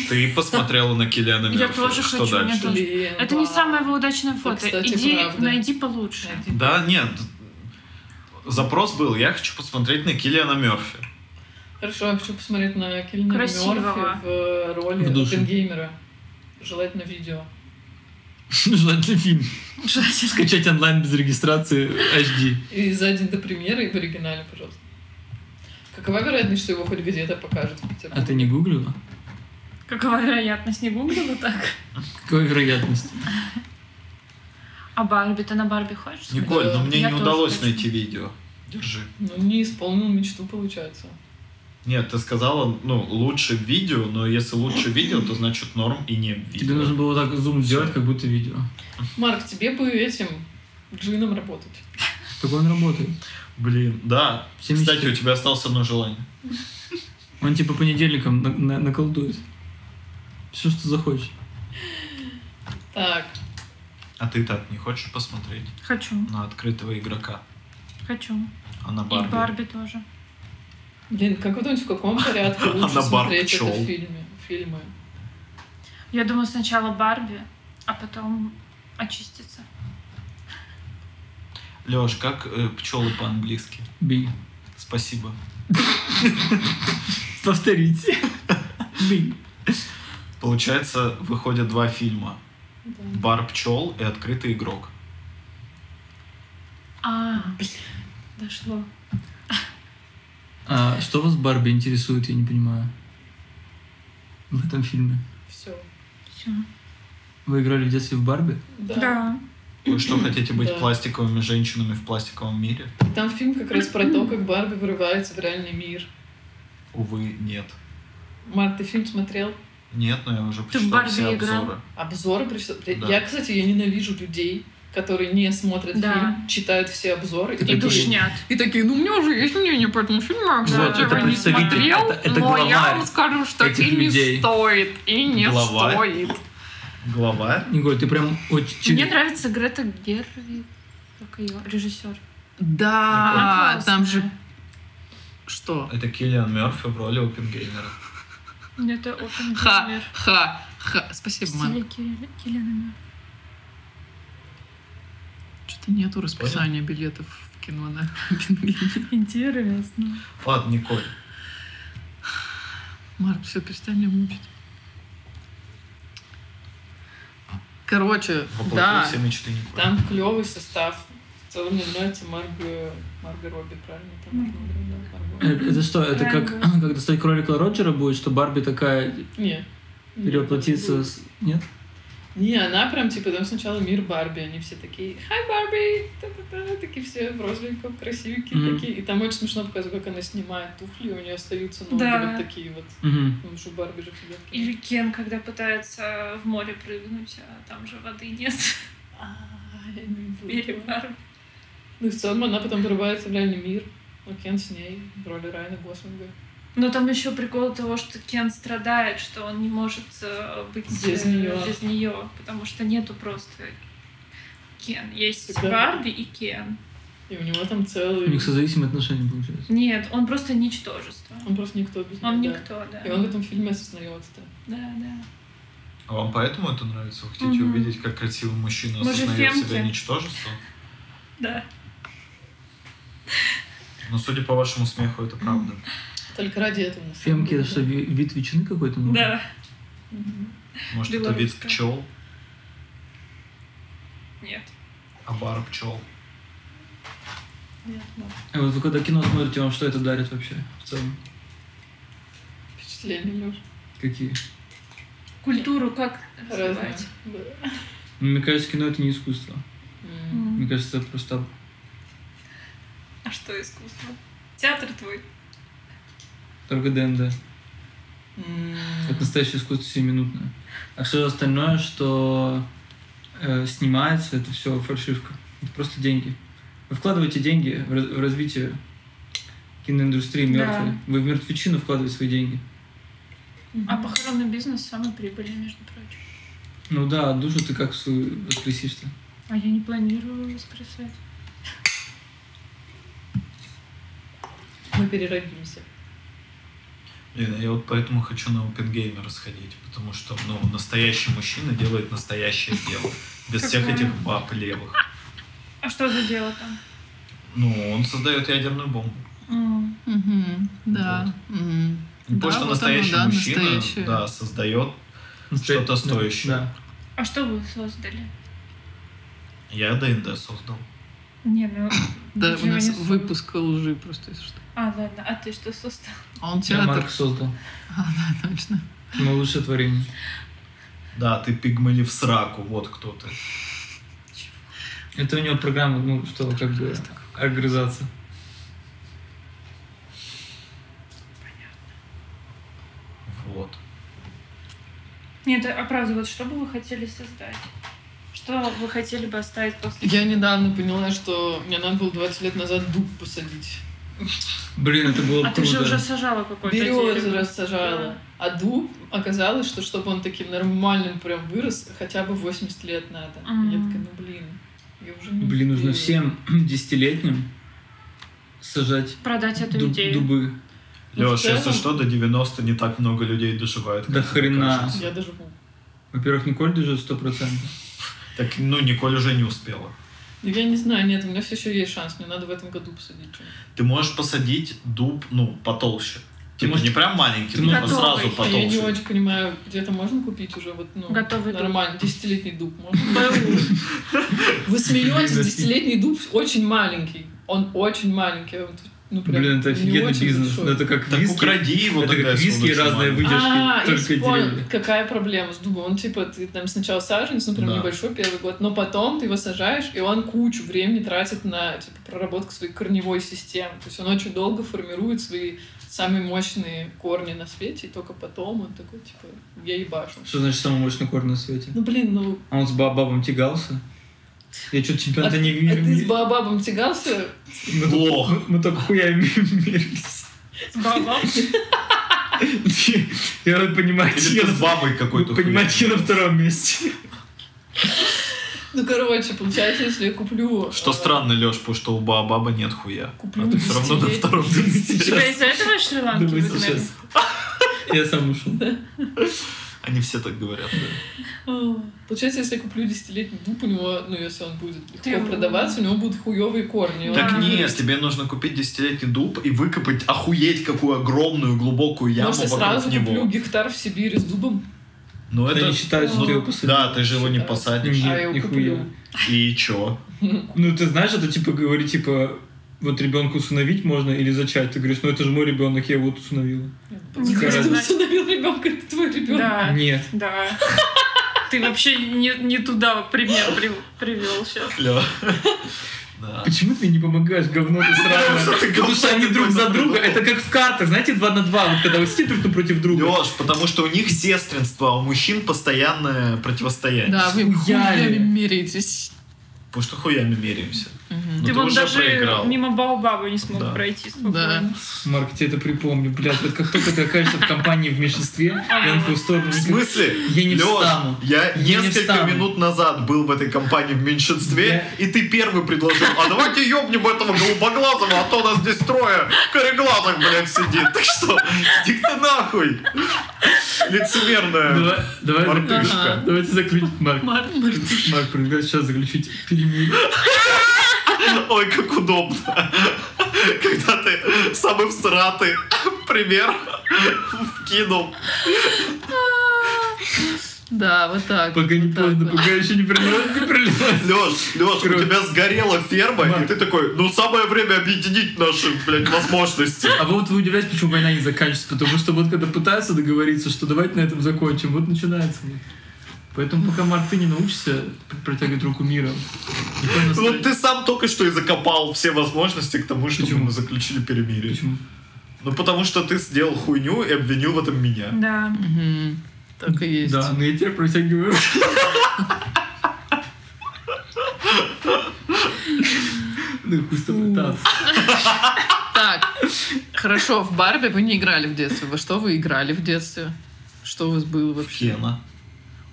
Speaker 1: Ты посмотрела на Киллиана
Speaker 5: Я
Speaker 1: Мерфи,
Speaker 5: тоже
Speaker 1: что
Speaker 5: хочу,
Speaker 1: дальше?
Speaker 5: мне тоже.
Speaker 3: Блин,
Speaker 5: Это не
Speaker 3: вау.
Speaker 5: самое его удачное фото.
Speaker 3: кстати,
Speaker 5: Иди,
Speaker 3: правда.
Speaker 5: найди получше.
Speaker 1: Да, нет. Запрос был, я хочу посмотреть на Киллиана Мерфи.
Speaker 3: Хорошо, я хочу посмотреть на Киллиана
Speaker 5: Красивого.
Speaker 3: Мерфи в э, роли
Speaker 2: В душе.
Speaker 3: Оппенгеймера. Желательно видео.
Speaker 2: Желательно фильм.
Speaker 5: Желательно.
Speaker 2: Скачать онлайн без регистрации HD.
Speaker 3: И за день до премьеры, и в оригинале, пожалуйста. Какова вероятность, что его хоть где-то покажут в Петербурге?
Speaker 2: А ты не гуглила?
Speaker 5: Какова вероятность? Не гуглила так?
Speaker 2: Какая вероятность?
Speaker 5: А Барби? Ты на Барби хочешь?
Speaker 1: Николь, но мне
Speaker 5: Я
Speaker 1: не
Speaker 5: тоже
Speaker 1: удалось
Speaker 5: хочу.
Speaker 1: найти видео. Держи.
Speaker 3: Ну, не исполнил мечту, получается.
Speaker 1: Нет, ты сказала, ну, лучше видео, но если лучше видео, то значит норм и не видео.
Speaker 2: Тебе нужно было так зум сделать, как будто видео.
Speaker 3: Марк, тебе бы этим джином работать.
Speaker 2: Так он работает.
Speaker 1: Блин, да.
Speaker 2: Все
Speaker 1: Кстати,
Speaker 2: мечты.
Speaker 1: у тебя осталось одно желание.
Speaker 2: Он типа понедельником на- на- наколдует. Все, что захочешь.
Speaker 3: Так,
Speaker 1: А ты так не хочешь посмотреть
Speaker 5: Хочу,
Speaker 1: на открытого игрока,
Speaker 5: хочу.
Speaker 1: а на
Speaker 5: И
Speaker 1: Барби?
Speaker 5: Барби тоже.
Speaker 3: блин, как вы думаете, в каком порядке лучше
Speaker 1: на бар
Speaker 3: смотреть это
Speaker 1: пчёл.
Speaker 3: в фильме? Фильмы.
Speaker 5: Я думаю, сначала Барби, а потом очиститься.
Speaker 1: Лёш, как пчелы по-английски?
Speaker 2: Бей.
Speaker 1: Спасибо.
Speaker 2: Повторите. Бей.
Speaker 1: Получается, выходят два фильма.
Speaker 3: Да.
Speaker 1: Бар пчел и открытый игрок.
Speaker 5: А, дошло.
Speaker 2: А что вас Барби интересует, я не понимаю. В этом фильме.
Speaker 3: Все.
Speaker 5: Все.
Speaker 2: Вы играли в детстве в Барби?
Speaker 3: Да.
Speaker 5: Да.
Speaker 1: Вы что, хотите быть
Speaker 3: Да.
Speaker 1: пластиковыми женщинами в пластиковом мире?
Speaker 3: Там фильм как раз про то, как Барби вырывается в реальный мир.
Speaker 1: Увы, нет.
Speaker 3: Марк, ты фильм смотрел?
Speaker 1: Нет, но я уже
Speaker 5: Ты в
Speaker 1: прочитал
Speaker 5: Барби
Speaker 1: все
Speaker 5: играл?
Speaker 1: обзоры.
Speaker 3: Обзоры пришли.
Speaker 1: Да.
Speaker 3: Я, кстати, я ненавижу людей, которые не смотрят
Speaker 5: Да.
Speaker 3: фильм, читают все обзоры
Speaker 2: Это
Speaker 5: И
Speaker 3: такие-
Speaker 5: душнят.
Speaker 3: И такие, ну у меня уже есть мнение по этому фильму, а
Speaker 2: Вот,
Speaker 5: это
Speaker 3: его не
Speaker 2: представитель,
Speaker 3: смотрел,
Speaker 2: это- это
Speaker 3: но я
Speaker 2: главарь
Speaker 3: вам скажу, что
Speaker 2: этих
Speaker 3: фильм не
Speaker 2: людей.
Speaker 3: стоит и не
Speaker 1: Главарь.
Speaker 3: стоит.
Speaker 1: Глава?
Speaker 2: Николь, ты прям очень...
Speaker 5: Мне нравится Грета Гервиг, как ее режиссер.
Speaker 3: Да,
Speaker 5: Она
Speaker 3: там
Speaker 5: классная.
Speaker 3: же что?
Speaker 1: Это Киллиан Мерфи в роли Опенгеймера.
Speaker 5: Мне Это очень
Speaker 3: Ха, ха, ха. Спасибо, мам. Что-то нету расписания билетов в кино на Бенгеле.
Speaker 5: Интересно.
Speaker 1: Ладно, Николь.
Speaker 3: Марк, все, перестань меня мучить. Короче,
Speaker 1: Воплотил
Speaker 3: да,
Speaker 1: все мечты Николь.
Speaker 3: там клевый состав. В целом мне нравится Марго, Марго Робби, правильно? Там Марго, да, Марго.
Speaker 2: Э, Это что, это как, как достать кролика Роджера будет, что Барби такая
Speaker 3: Не.
Speaker 2: перевоплотится... с- Нет?
Speaker 3: Не, она прям, типа, там сначала мир Барби, они все такие, хай, Барби, Та-та-та. такие все в розовеньком, красивенькие
Speaker 2: Мгм.
Speaker 3: такие. И там очень смешно показывают, как она снимает туфли, и у нее остаются ноги
Speaker 7: Да.
Speaker 3: вот такие вот.
Speaker 2: Мгм.
Speaker 3: Потому что у Барби же всегда такие.
Speaker 7: Или Кен, когда пытается в море прыгнуть, а там же воды нет.
Speaker 3: А, я не
Speaker 7: В
Speaker 3: буду.
Speaker 7: мире Барби.
Speaker 3: Ну, и в целом она потом вырывается в реальный мир. А Кен с ней в роли Райана Гослинга.
Speaker 7: Но там еще прикол того, что Кен страдает, что он не может э, быть
Speaker 3: Без
Speaker 7: э,
Speaker 3: неё.
Speaker 7: без неё, потому что нету просто Кен. Есть
Speaker 3: Всегда.
Speaker 7: Барби и Кен.
Speaker 3: И у него там
Speaker 2: У
Speaker 3: целый...
Speaker 2: них созависимые отношения получаются.
Speaker 7: Нет, он просто ничтожество.
Speaker 3: Он просто никто без
Speaker 7: Он
Speaker 3: него, да.
Speaker 7: никто, да.
Speaker 3: И он в этом фильме осознает это.
Speaker 7: Да, да.
Speaker 1: А вам поэтому это нравится? Вы хотите
Speaker 7: Мгм.
Speaker 1: увидеть, как красивый мужчина
Speaker 7: Мы же
Speaker 1: осознает
Speaker 7: фемки.
Speaker 1: себя ничтожеством?
Speaker 7: Да.
Speaker 1: Но судя по вашему смеху, это правда.
Speaker 3: Только ради этого. на самом
Speaker 2: Фемки,
Speaker 3: деле.
Speaker 2: это что, ви- вид ветчины какой-то? ну?
Speaker 7: Да.
Speaker 5: Мгм.
Speaker 1: Может, это вид
Speaker 5: Белорусская.
Speaker 1: пчел?
Speaker 5: Нет.
Speaker 1: Обар а пчел.
Speaker 5: Нет, ну,
Speaker 2: А вот вы когда кино смотрите, вам что это дарит вообще в целом?
Speaker 3: Впечатление, Лёш.
Speaker 2: Какие?
Speaker 5: Культуру как
Speaker 3: Разное.
Speaker 5: развивать?
Speaker 3: Да.
Speaker 2: Ну, Мне кажется, кино это не искусство.
Speaker 3: М.
Speaker 9: М.
Speaker 2: Мне кажется, это просто...
Speaker 5: А что искусство? Театр твой.
Speaker 2: Только ДНД.
Speaker 3: М.
Speaker 2: Это настоящее искусство сиюминутное. А все остальное, что э, снимается, это все фальшивка. Это просто деньги. Вы вкладываете деньги в, раз- в развитие киноиндустрии
Speaker 9: Да.
Speaker 2: мертвой. Вы в мертвечину вкладываете свои деньги.
Speaker 9: Мгм.
Speaker 5: А похоронный бизнес самый прибыльный, между прочим.
Speaker 2: Ну да, душу ты как свою воскресишь-то.
Speaker 9: А я не планирую воскресать.
Speaker 3: Мы переродимся.
Speaker 1: Блин, а я вот поэтому хочу на Опенгеймера сходить, потому что, ну, настоящий мужчина делает настоящее дело. Без всех
Speaker 5: Какое?
Speaker 1: этих баб левых.
Speaker 5: А что за дело там?
Speaker 1: Ну, он создает ядерную бомбу.
Speaker 9: М.
Speaker 3: Мгм, Да. М.
Speaker 1: Не
Speaker 3: Да,
Speaker 1: то, что
Speaker 3: вот оно,
Speaker 1: настоящий
Speaker 3: да,
Speaker 1: мужчина,
Speaker 3: настоящее.
Speaker 1: да, создает.
Speaker 2: Настоя-
Speaker 1: Что-то стоящее.
Speaker 2: Ну, Да.
Speaker 5: А что вы создали?
Speaker 1: Я ДНД создал.
Speaker 9: Не, ну...
Speaker 3: Да, у
Speaker 9: Ничего
Speaker 3: нас
Speaker 9: не су-
Speaker 3: выпуск лжи просто, если что.
Speaker 5: А, ладно, а ты что создал?
Speaker 3: А он
Speaker 2: Я
Speaker 3: театр.
Speaker 2: Марк создал.
Speaker 3: А, да, точно.
Speaker 2: Мое лучшее творение.
Speaker 1: Да, ты пигмали в сраку, вот кто ты.
Speaker 2: Это у него программа, ну, что как бы организация.
Speaker 1: Вот.
Speaker 5: Нет, а правда, вот что бы вы хотели создать? Что вы хотели бы оставить после
Speaker 3: Я недавно поняла, что мне надо было 20 лет назад дуб посадить.
Speaker 2: Блин, это было
Speaker 5: А ты же
Speaker 2: круто.
Speaker 5: уже сажала какой-то
Speaker 3: Березы
Speaker 5: дерево.
Speaker 3: рассажала. А дуб оказалось, что чтобы он таким нормальным прям вырос, хотя бы 80 лет надо. И Я
Speaker 9: Мгм.
Speaker 3: такая, ну блин, я уже не
Speaker 2: Блин, нужно
Speaker 3: успею.
Speaker 2: всем десятилетним сажать
Speaker 9: Продать эту
Speaker 2: дуб-
Speaker 9: идею.
Speaker 2: дубы.
Speaker 3: Ну, в
Speaker 1: Леш, если
Speaker 3: целом-
Speaker 1: что, до 90 не так много людей доживает. как
Speaker 2: Да
Speaker 1: тебе
Speaker 2: хрена.
Speaker 1: кажется.
Speaker 3: Я даже ну,
Speaker 2: Во-первых, Николь держит сто процентов.
Speaker 1: Так, ну, Николь уже не успела.
Speaker 3: я не знаю, нет, у меня все еще есть шанс. Мне надо в этом году посадить что-нибудь.
Speaker 1: Ты можешь посадить дуб, ну, потолще.
Speaker 2: Ты
Speaker 1: Типа
Speaker 2: можешь-
Speaker 1: не прям маленький,
Speaker 2: ты
Speaker 1: дуб, а
Speaker 9: можешь-
Speaker 1: сразу
Speaker 9: Готовый.
Speaker 3: А я не
Speaker 1: потолще.
Speaker 3: очень понимаю, где-то можно купить уже вот, ну,
Speaker 9: Готовый дуб.
Speaker 3: нормально, десятилетний дуб можно. Вы смеетесь, десятилетний дуб очень маленький. Он очень маленький. он, Ну, прям
Speaker 2: Блин, это
Speaker 3: не
Speaker 2: офигенный
Speaker 3: очень
Speaker 2: бизнес.
Speaker 3: большой.
Speaker 2: Ну, Это как
Speaker 1: Так
Speaker 2: виски.
Speaker 1: укради его
Speaker 2: Это
Speaker 1: тогда,
Speaker 2: как
Speaker 1: если он
Speaker 2: виски и
Speaker 1: очень
Speaker 2: разные
Speaker 1: маленький.
Speaker 3: А,
Speaker 2: выдержки.
Speaker 3: я
Speaker 2: Только
Speaker 3: вспомнила,
Speaker 2: деревья.
Speaker 3: какая проблема с дубом. Он типа, ты там сначала саженец, ну прям
Speaker 1: Да.
Speaker 3: небольшой первый год, но потом ты его сажаешь, и он кучу времени тратит на типа, проработку своей корневой системы. То есть он очень долго формирует свои самые мощные корни на свете, и только потом он такой, типа, я ебашу.
Speaker 2: Что значит самый мощный корм на свете?
Speaker 3: Ну блин, ну
Speaker 2: А он с бабабом тягался? Я что-то чемпионата не
Speaker 3: а ты с
Speaker 2: мира-
Speaker 3: Баобабом тягался?
Speaker 2: Мы только-
Speaker 1: Лох.
Speaker 2: мы- Мы только хуями мерились. Я вот понимаю,
Speaker 1: Или
Speaker 2: я
Speaker 1: ты с
Speaker 2: на-
Speaker 1: бабой какой-то
Speaker 2: понимаете, я
Speaker 1: хуйней.
Speaker 2: на втором месте.
Speaker 3: Ну короче, получается, если я куплю...
Speaker 1: Что
Speaker 3: э,
Speaker 1: странно, Леш, потому что у баба нет хуя.
Speaker 3: Куплю
Speaker 1: а ты все равно на
Speaker 3: 10 лет.
Speaker 1: втором
Speaker 9: У
Speaker 5: Типа,
Speaker 1: месте.
Speaker 9: тебя из-за этого
Speaker 3: А,
Speaker 9: Шри-Ланки
Speaker 2: Думаю,
Speaker 9: выгнали?
Speaker 2: сейчас. Я сам ушел.
Speaker 1: Они все так говорят. да.
Speaker 3: А, Получается, если я куплю десятилетний дуб, у него, ну если он будет легко
Speaker 9: Ты-
Speaker 3: продаваться, у него будут хуевые корни. А, и он
Speaker 1: Так
Speaker 9: Да.
Speaker 1: нет, тебе нужно купить десятилетний дуб и выкопать охуеть какую огромную глубокую яму
Speaker 3: Может, я
Speaker 1: вокруг
Speaker 3: сразу куплю
Speaker 1: него.
Speaker 3: гектар в Сибири с дубом?
Speaker 1: Ну
Speaker 2: Это
Speaker 1: это...
Speaker 2: не считается, что ты его посадил.
Speaker 1: Да, ты же его не посадишь.
Speaker 3: А я его
Speaker 2: нихуя.
Speaker 3: куплю.
Speaker 1: И чё?
Speaker 2: Ну, ты знаешь, это типа говори, типа, вот ребенку усыновить можно или зачать. Ты говоришь, ну это же мой ребенок, я его вот усыновила.
Speaker 3: Не
Speaker 2: Нихуя.
Speaker 3: ты усыновил ребенка, это твой ребенок.
Speaker 9: Да,
Speaker 2: Нет.
Speaker 9: да. Ты вообще не, не туда пример привел сейчас.
Speaker 1: Лё. Да.
Speaker 2: А Почему ты не помогаешь, говно ты сраное?
Speaker 1: ты
Speaker 2: Потому что они друг за
Speaker 1: говно.
Speaker 2: друга, это как в картах, знаете, два на два, вот когда вы сидите друг напротив друга.
Speaker 1: Лёш, потому что у них сестринство, а у мужчин постоянное противостояние.
Speaker 3: вы
Speaker 2: Хуяли.
Speaker 3: хуями меряетесь.
Speaker 1: Потому что хуями меряемся. Ну,
Speaker 9: ты
Speaker 1: ты
Speaker 9: вон
Speaker 1: уже
Speaker 9: даже
Speaker 1: проиграл.
Speaker 9: мимо Баобаба не смог
Speaker 1: Да.
Speaker 9: пройти спокойно.
Speaker 2: Марк, тебе это припомню, блядь, вот как только ты окажешься в компании в меньшинстве, Янку в сторону.
Speaker 1: В смысле?
Speaker 2: Я не
Speaker 1: Лёш,
Speaker 2: встану.
Speaker 1: я
Speaker 2: Я не
Speaker 1: несколько
Speaker 2: встану.
Speaker 1: минут назад был в этой компании в меньшинстве, и ты первый предложил, а давайте ёбнем этого голубоглазого, а то нас здесь трое кореглазых, блядь, сидит. Так что, иди ты нахуй. Лицемерная.
Speaker 2: Давай- давай-
Speaker 1: Мартышка.
Speaker 2: Ага. Давайте заключить, Марк.
Speaker 3: Марк.
Speaker 2: Марк, предлагаю сейчас заключить перемирие.
Speaker 1: Ой, как удобно. Когда ты самый всратый пример вкинул.
Speaker 3: Да, вот так.
Speaker 2: Погоди,
Speaker 3: вот так
Speaker 2: поздно,
Speaker 3: вот.
Speaker 2: пока еще не прилилось, не прилилось.
Speaker 6: Леш, Леш, у
Speaker 2: Круто.
Speaker 6: тебя сгорела ферма,
Speaker 2: Да.
Speaker 6: и ты такой, ну самое время объединить наши, блядь, возможности.
Speaker 2: А вот вы удивляетесь, почему война не заканчивается, потому что вот когда пытаются договориться, что давайте на этом закончим, вот начинается. вот. Поэтому пока Марк, ты не научишься пр- протягивать руку мира. никто не
Speaker 6: Ну
Speaker 2: остановит.
Speaker 6: ты сам только что и закопал все возможности к тому, чтобы
Speaker 2: Почему?
Speaker 6: мы заключили перемирие.
Speaker 2: Почему?
Speaker 6: Ну потому что ты сделал хуйню и обвинил в этом меня.
Speaker 5: Да.
Speaker 3: Мгм. Так и есть.
Speaker 2: Да, но я теперь протягиваю руку. Ну, хуй с тобой, Тасс.
Speaker 3: Так, хорошо, в Барби вы не играли в детстве. Во что вы играли в детстве? Что у вас было вообще?
Speaker 1: Кена.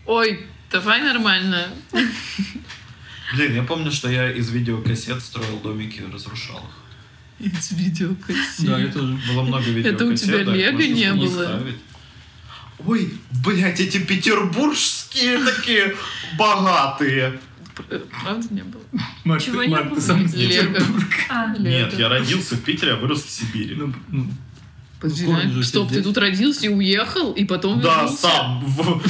Speaker 3: Ой, давай нормально.
Speaker 1: Блин, я помню, что я из видеокассет строил домики и разрушал их.
Speaker 3: Из видеокассет.
Speaker 2: Да, я тоже.
Speaker 1: Было много видеокассет.
Speaker 3: у тебя
Speaker 1: да,
Speaker 3: лего
Speaker 1: можно
Speaker 3: не
Speaker 1: было
Speaker 3: было?
Speaker 1: ставить.
Speaker 6: Ой, блядь, эти петербургские такие богатые.
Speaker 3: Пр- Э, Правда не было?
Speaker 2: Марк,
Speaker 5: Чего
Speaker 2: ты-
Speaker 5: не
Speaker 2: Марк, ты
Speaker 5: было?
Speaker 2: сам из
Speaker 3: Лего.
Speaker 2: Петербурга.
Speaker 5: А,
Speaker 1: Нет,
Speaker 3: Лего.
Speaker 1: я родился в Питере, а вырос в Сибири.
Speaker 2: Ну, ну,
Speaker 3: Подожди,
Speaker 2: Ну, корни
Speaker 3: реально?
Speaker 2: же
Speaker 3: Стоп,
Speaker 2: все
Speaker 3: ты тут родился и уехал, и потом
Speaker 6: Да,
Speaker 3: вернулся?
Speaker 6: сам. В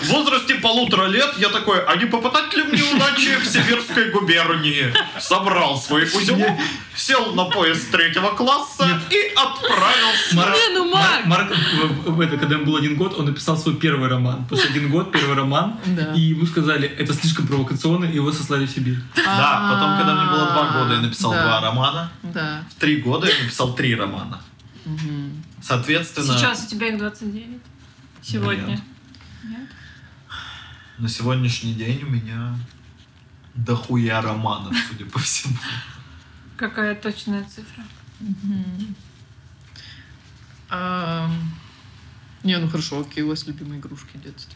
Speaker 6: в возрасте полутора лет я такой, а не попытать ли мне удачи в Сибирской губернии? Собрал свой узелок, сел на поезд третьего класса и отправился.
Speaker 3: Не, ну, Марк!
Speaker 2: Марк, в- в- в это, когда ему был один год, он написал свой первый роман. Потому что один год, первый роман.
Speaker 3: Да.
Speaker 2: И ему сказали, это слишком провокационно, и его сослали в Сибирь.
Speaker 1: Да, потом, когда мне было два года, я написал
Speaker 3: Да,
Speaker 1: два романа.
Speaker 3: Да.
Speaker 1: В три года я написал три романа.
Speaker 3: Мгм.
Speaker 1: Соответственно,
Speaker 5: сейчас у тебя их 29. Сегодня.
Speaker 1: на сегодняшний день у меня дохуя романов, судя по всему.
Speaker 5: Какая точная цифра.
Speaker 3: Мгм. Ам, Не, ну хорошо, какие у вас любимые игрушки детства?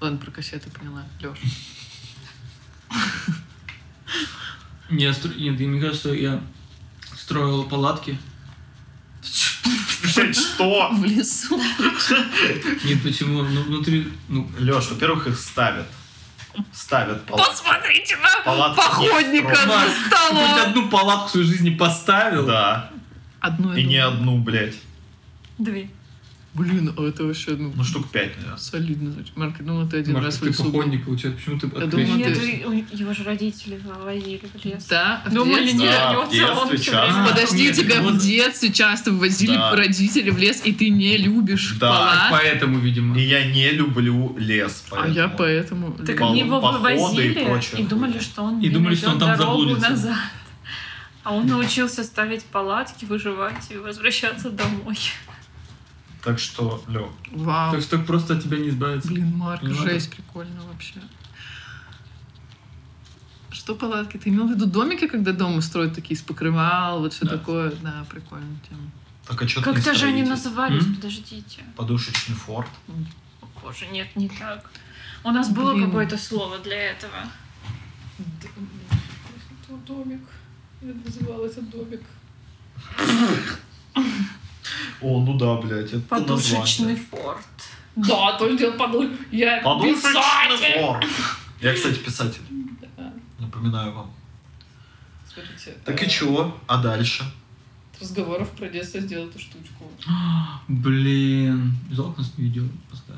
Speaker 3: Ладно, про кассеты поняла, Леша.
Speaker 2: Я стро- Нет, и мне кажется, я строил палатки.
Speaker 6: Блядь, что?
Speaker 3: В лесу.
Speaker 2: Нет, почему? Ну, внутри... Ну,
Speaker 1: Леш, во-первых, их ставят. Ставят палатки.
Speaker 5: Посмотрите на
Speaker 1: Палатки
Speaker 5: походника
Speaker 1: нет,
Speaker 5: за
Speaker 2: ты хоть
Speaker 5: столом.
Speaker 2: одну палатку в своей жизни поставил?
Speaker 1: Да.
Speaker 3: Одно
Speaker 1: И не
Speaker 3: думаю.
Speaker 1: одну, блядь.
Speaker 5: Две.
Speaker 3: Блин, а это вообще, ну,
Speaker 1: Ну, штук пять, наверное.
Speaker 3: солидно. значит. Марк, я думала, ты один
Speaker 2: Марк,
Speaker 3: раз в
Speaker 2: ты
Speaker 3: лесу был.
Speaker 2: походник, получается. Почему ты
Speaker 3: Я
Speaker 2: открещен?
Speaker 3: думала,
Speaker 5: Нет,
Speaker 3: ты-
Speaker 5: у- у- его же родители возили в лес.
Speaker 3: Да, а
Speaker 4: Ну,
Speaker 3: в
Speaker 5: Думали,
Speaker 3: детстве?
Speaker 5: не
Speaker 1: Да, в
Speaker 5: вернется он
Speaker 1: детстве
Speaker 5: всё
Speaker 1: часто.
Speaker 5: время.
Speaker 2: А,
Speaker 3: Подожди,
Speaker 2: нет,
Speaker 3: тебя
Speaker 2: вот-
Speaker 3: в детстве часто ввозили
Speaker 1: Да.
Speaker 3: родители в лес, и ты не любишь
Speaker 1: Да,
Speaker 3: палатки.
Speaker 2: Поэтому, видимо.
Speaker 1: И я не люблю лес,
Speaker 3: А
Speaker 1: поэтому...
Speaker 3: я поэтому...
Speaker 5: Так
Speaker 1: Пол-
Speaker 5: они его
Speaker 1: походы и
Speaker 5: вывозили
Speaker 1: прочее.
Speaker 5: и, думали, что он
Speaker 2: И
Speaker 5: не
Speaker 2: думали, что он
Speaker 5: найдёт
Speaker 2: там
Speaker 5: дорогу
Speaker 2: заблудится.
Speaker 5: назад. А он научился ставить палатки, выживать и возвращаться домой.
Speaker 1: Так что, Лё,
Speaker 3: Вау.
Speaker 2: Так что так просто от тебя не избавиться.
Speaker 3: Блин, Марк,
Speaker 2: Понимаю.
Speaker 3: жесть, прикольно вообще. Что палатки? Ты имел в виду домики, когда дома строят такие из покрывал, вот все
Speaker 2: Да.
Speaker 3: такое? Да, прикольная тема.
Speaker 1: так а что ты не
Speaker 5: Как-то же они
Speaker 1: строитель?
Speaker 5: назывались,
Speaker 2: М?
Speaker 5: подождите.
Speaker 1: Подушечный форт.
Speaker 5: О, боже, нет, не так. У нас было
Speaker 3: Блин.
Speaker 5: какое-то слово для этого.
Speaker 4: Домик. Я называл это домик.
Speaker 1: О, ну да, блядь, это
Speaker 5: Подушечный
Speaker 1: название.
Speaker 5: форт.
Speaker 4: Да, то я подумал, я
Speaker 1: Подушечный форт. Я, кстати, писатель. Напоминаю вам.
Speaker 3: Смотрите, э,
Speaker 1: Так и чего? А дальше?
Speaker 3: разговоров про детство сделал эту штучку.
Speaker 2: Блин, жалко нас не видео пускай.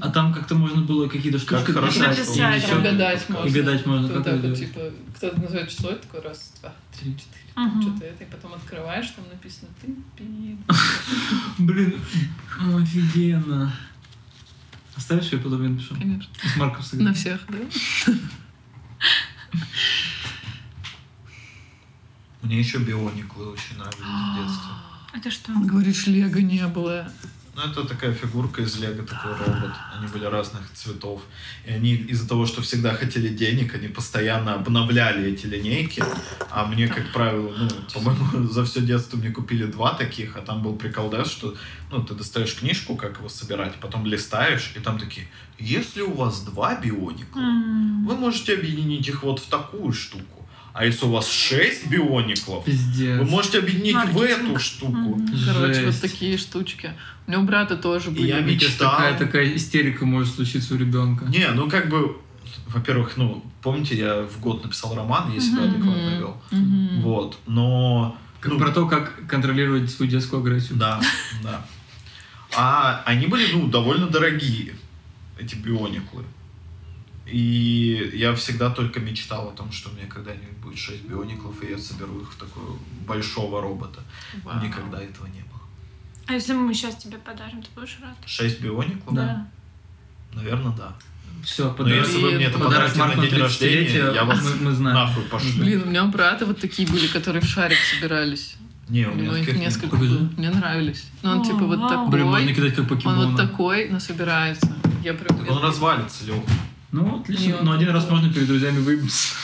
Speaker 2: А там как-то можно было какие-то штучки...
Speaker 1: Как хорошо,
Speaker 2: написать,
Speaker 1: что у
Speaker 5: написали.
Speaker 1: меня
Speaker 5: Там
Speaker 1: всё
Speaker 3: гадать
Speaker 1: это-
Speaker 3: можно.
Speaker 2: И гадать можно, как это делать.
Speaker 3: типа, кто-то называет число, и такой раз, два,
Speaker 2: три,
Speaker 3: четыре,
Speaker 5: Мгм.
Speaker 3: это, и потом открываешь, там написано ты
Speaker 2: Блин, офигенно. Оставишь ее потом я напишу.
Speaker 3: Конечно. Ну
Speaker 2: С Марком сыграю.
Speaker 3: На всех, да?
Speaker 1: Мне еще биониклы очень нравились в детстве.
Speaker 5: Это что?
Speaker 3: Говоришь, Лего не было.
Speaker 1: Ну, это такая фигурка из Лего, такой робот. Они были разных цветов. И они из-за того, что всегда хотели денег, они постоянно обновляли эти линейки. А мне, как правило, ну, по-моему, за все детство мне купили два таких, а там был прикол, да, что ну, ты достаешь книжку, как его собирать, потом листаешь, и там такие, если у вас два бионикла,
Speaker 5: М.
Speaker 1: вы можете объединить их вот в такую штуку. А если у вас шесть биониклов, вы
Speaker 2: Пиздец.
Speaker 1: можете объединить в эту
Speaker 5: Маркетинг.
Speaker 1: штуку.
Speaker 5: Мгм.
Speaker 3: Короче, вот
Speaker 2: Жесть.
Speaker 3: такие штуки. У меня у брата тоже
Speaker 1: И я
Speaker 3: были.
Speaker 2: Мне кажется,
Speaker 1: мечтал.
Speaker 2: Такая, такая истерика может случиться у ребенка.
Speaker 1: Не, ну как бы, во-первых, ну, помните, я в год написал роман, я себя
Speaker 5: Мгм.
Speaker 1: адекватно вел.
Speaker 3: Мгм.
Speaker 1: Вот, но...
Speaker 2: Как
Speaker 1: ну,
Speaker 2: про то, как контролировать свою детскую агрессию.
Speaker 1: Да, да. А они были, ну, довольно дорогие, эти биониклы. И я всегда только мечтал о том, что у меня когда-нибудь будет 6 биониклов, и я соберу их в такого большого робота.
Speaker 3: Вау.
Speaker 1: Никогда этого не было.
Speaker 5: А если мы сейчас тебе подарим, ты будешь рад?
Speaker 1: 6 биониклов? Наверное, да.
Speaker 2: Все,
Speaker 1: Но
Speaker 2: подарок.
Speaker 1: Ну, если вы мне это
Speaker 2: Подарок
Speaker 1: подарите на
Speaker 2: Марку на
Speaker 1: день рождения,
Speaker 2: 30-летие,
Speaker 1: я вас
Speaker 2: мы, мы знаем.
Speaker 1: нахуй пошлю.
Speaker 3: Блин, у меня у брата вот такие были, которые в шарик собирались.
Speaker 1: Не,
Speaker 3: У
Speaker 1: у
Speaker 3: него
Speaker 1: меня
Speaker 3: Ну, их
Speaker 1: таких не
Speaker 3: несколько
Speaker 1: было.
Speaker 2: было.
Speaker 3: было. Мне нравились. Но он
Speaker 5: О,
Speaker 3: типа вот
Speaker 5: вау.
Speaker 2: Блин, можно
Speaker 3: такой.
Speaker 2: кидать как
Speaker 3: Он
Speaker 2: покемона.
Speaker 3: вот такой, но собирается. Я прям...
Speaker 1: Так Он развалится, Лёх.
Speaker 2: Ну,
Speaker 3: Не,
Speaker 2: отлично.
Speaker 3: он
Speaker 2: Но один раз
Speaker 3: такой.
Speaker 2: можно перед друзьями выебнуться.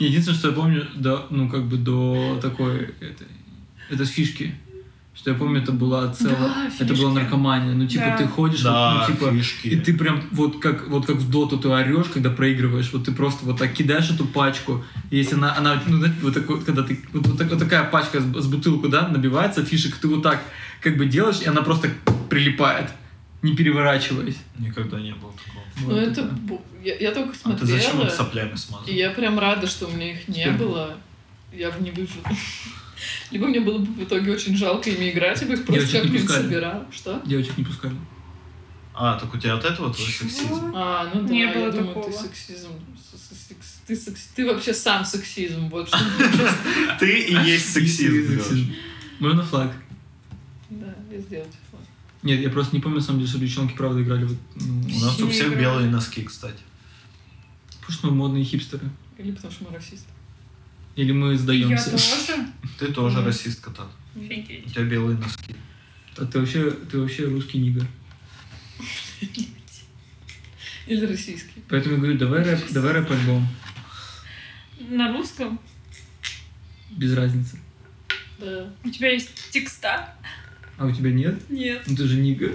Speaker 2: Единственное, что я помню, до, ну, как бы до такой... этой- Это с фишки. Что я помню, это была целая... это
Speaker 4: фишки.
Speaker 2: была наркомания. Ну, типа,
Speaker 4: Да.
Speaker 2: ты ходишь, вот,
Speaker 1: Да,
Speaker 2: ну, типа...
Speaker 1: фишки.
Speaker 2: И ты прям вот как, вот как в доту ты орешь, когда проигрываешь, вот ты просто вот так кидаешь эту пачку, и если она, она ну, знаете, вот, так вот, когда ты, вот, вот так- вот такая пачка с, с бутылку, да, набивается фишек, ты вот так как бы делаешь, и она просто прилипает, не переворачиваясь.
Speaker 1: Никогда не было такого.
Speaker 3: Ну
Speaker 2: Вот
Speaker 3: это...
Speaker 2: да.
Speaker 3: бу- Я я только
Speaker 1: А ты зачем их
Speaker 3: смотрела,
Speaker 1: соплями
Speaker 3: Ну, и
Speaker 1: смазал?
Speaker 3: я прям рада, что у меня их не
Speaker 2: Теперь-
Speaker 3: было. Я бы не выжила. Либо мне было бы в итоге очень жалко ими играть, я бы их просто
Speaker 2: Девочек не
Speaker 3: как-нибудь
Speaker 2: пускали.
Speaker 3: собирал. Что?
Speaker 2: Девочек не пускали.
Speaker 1: А, так у тебя от этого твой сексизм?
Speaker 3: А, ну да,
Speaker 4: Не
Speaker 3: я
Speaker 4: было
Speaker 3: думаю,
Speaker 4: такого.
Speaker 3: ты сексизм. с- с- секс- Ты, секс- ты вообще сам сексизм. Вот что
Speaker 1: Ты и есть сексизм. Лёш.
Speaker 2: Сексизм. Можно флаг?
Speaker 3: Да, я сделал телефон.
Speaker 2: Нет, я просто не помню, на самом деле, что девчонки правда играли. Вот, ну,
Speaker 1: У нас
Speaker 4: Все
Speaker 1: у всех
Speaker 4: играют.
Speaker 1: белые носки, кстати.
Speaker 2: потому что мы модные хипстеры.
Speaker 3: Или потому что мы расисты.
Speaker 2: Или мы
Speaker 4: Я
Speaker 2: сдаемся.
Speaker 4: тоже.
Speaker 1: Ты тоже
Speaker 3: Мгм.
Speaker 1: расистка, Тат. У
Speaker 4: Офигеть.
Speaker 1: тебя белые носки.
Speaker 2: А ты вообще, ты вообще русский нигер.
Speaker 3: Или российские.
Speaker 2: Поэтому я говорю, давай рэп, давай рэп альбом.
Speaker 4: На русском
Speaker 2: Без разницы.
Speaker 3: Да.
Speaker 4: у тебя есть текста?
Speaker 2: А у тебя нет?
Speaker 4: Нет.
Speaker 2: Ну ты же нигер.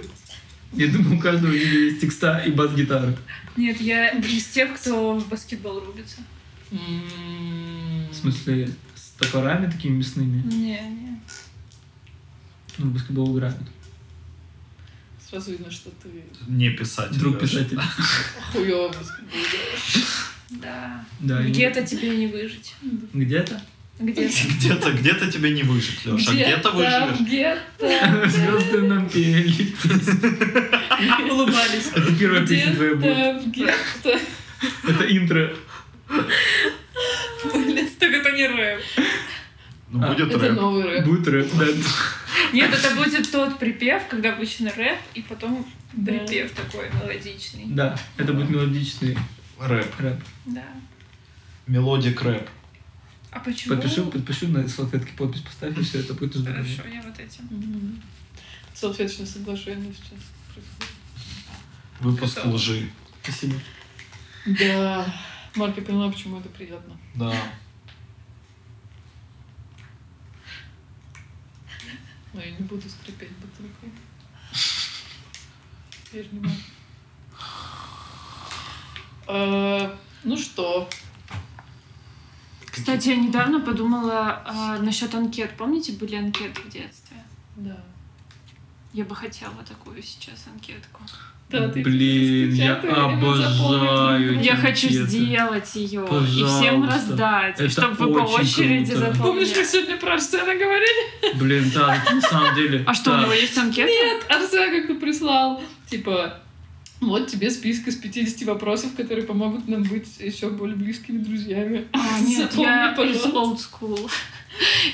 Speaker 2: Я думаю, у каждого нига есть текста и бас-гитара.
Speaker 4: Нет, я из тех, кто в баскетбол рубится.
Speaker 3: М,
Speaker 2: В смысле, с топорами такими мясными.
Speaker 4: Не, не.
Speaker 2: Ну, в баскетбол играют.
Speaker 3: Сразу видно, что ты
Speaker 1: Не писать.
Speaker 2: Друг писатель.
Speaker 3: хуёво
Speaker 4: Да.
Speaker 2: Да, и-
Speaker 4: Где-то тебе не выжить.
Speaker 2: Где-то?
Speaker 4: Где-то.
Speaker 1: Где-то где-то тебе не выжить, Леша. Где-то выживешь.
Speaker 4: Где-то.
Speaker 2: Звезды нам пели.
Speaker 4: Улыбались.
Speaker 2: Это первая песня твоя будет.
Speaker 4: Где-то, где-то.
Speaker 2: Это интро.
Speaker 4: Так это не рэп.
Speaker 1: Ну,
Speaker 2: А,
Speaker 1: будет
Speaker 3: Это
Speaker 1: рэп.
Speaker 3: новый рэп.
Speaker 2: Будет рэп, да.
Speaker 4: Нет, это будет тот припев, когда обычно рэп, и потом
Speaker 3: Да.
Speaker 4: припев такой мелодичный.
Speaker 2: Да, это будет мелодичный
Speaker 1: Рэп.
Speaker 2: рэп.
Speaker 4: Да.
Speaker 1: Мелодик рэп.
Speaker 4: А почему?
Speaker 2: Подпишу, подпишу на салфетке подпись, поставь, и все, это будет
Speaker 4: Хорошо,
Speaker 2: здорово.
Speaker 4: я вот этим.
Speaker 3: Мгм. Салфеточное соглашение сейчас происходит.
Speaker 1: Выпуск
Speaker 4: Готово.
Speaker 1: лжи.
Speaker 2: Спасибо.
Speaker 3: Да. Марк, я поняла, почему это приятно.
Speaker 1: Да.
Speaker 3: Но я не буду скрипеть бутылкой. Теперь не могу. Э, Ну что?
Speaker 5: Кстати, я недавно подумала а, насчет анкет. Помните, были анкеты в детстве?
Speaker 3: Да.
Speaker 5: Я бы хотела такую сейчас анкетку.
Speaker 3: Да, ты
Speaker 2: Блин, я
Speaker 3: распечатай, я запомню.
Speaker 2: обожаю
Speaker 5: Я
Speaker 2: эти
Speaker 5: хочу
Speaker 2: анкеты.
Speaker 5: сделать ее и всем
Speaker 2: Пожалуйста.
Speaker 5: раздать,
Speaker 2: Это
Speaker 5: чтобы вы по
Speaker 2: очень
Speaker 5: очереди
Speaker 2: круто.
Speaker 5: запомнили.
Speaker 3: Помнишь, как сегодня про Арсена говорили?
Speaker 2: Блин, да, это на самом деле.
Speaker 5: А что, у
Speaker 2: да.
Speaker 5: него есть анкета?
Speaker 3: Нет, Арсен как-то прислал. Типа, вот тебе список из 50 вопросов, которые помогут нам быть еще более близкими друзьями.
Speaker 5: А, нет,
Speaker 3: Запомни,
Speaker 5: я из
Speaker 3: пожалуйста.
Speaker 5: old school.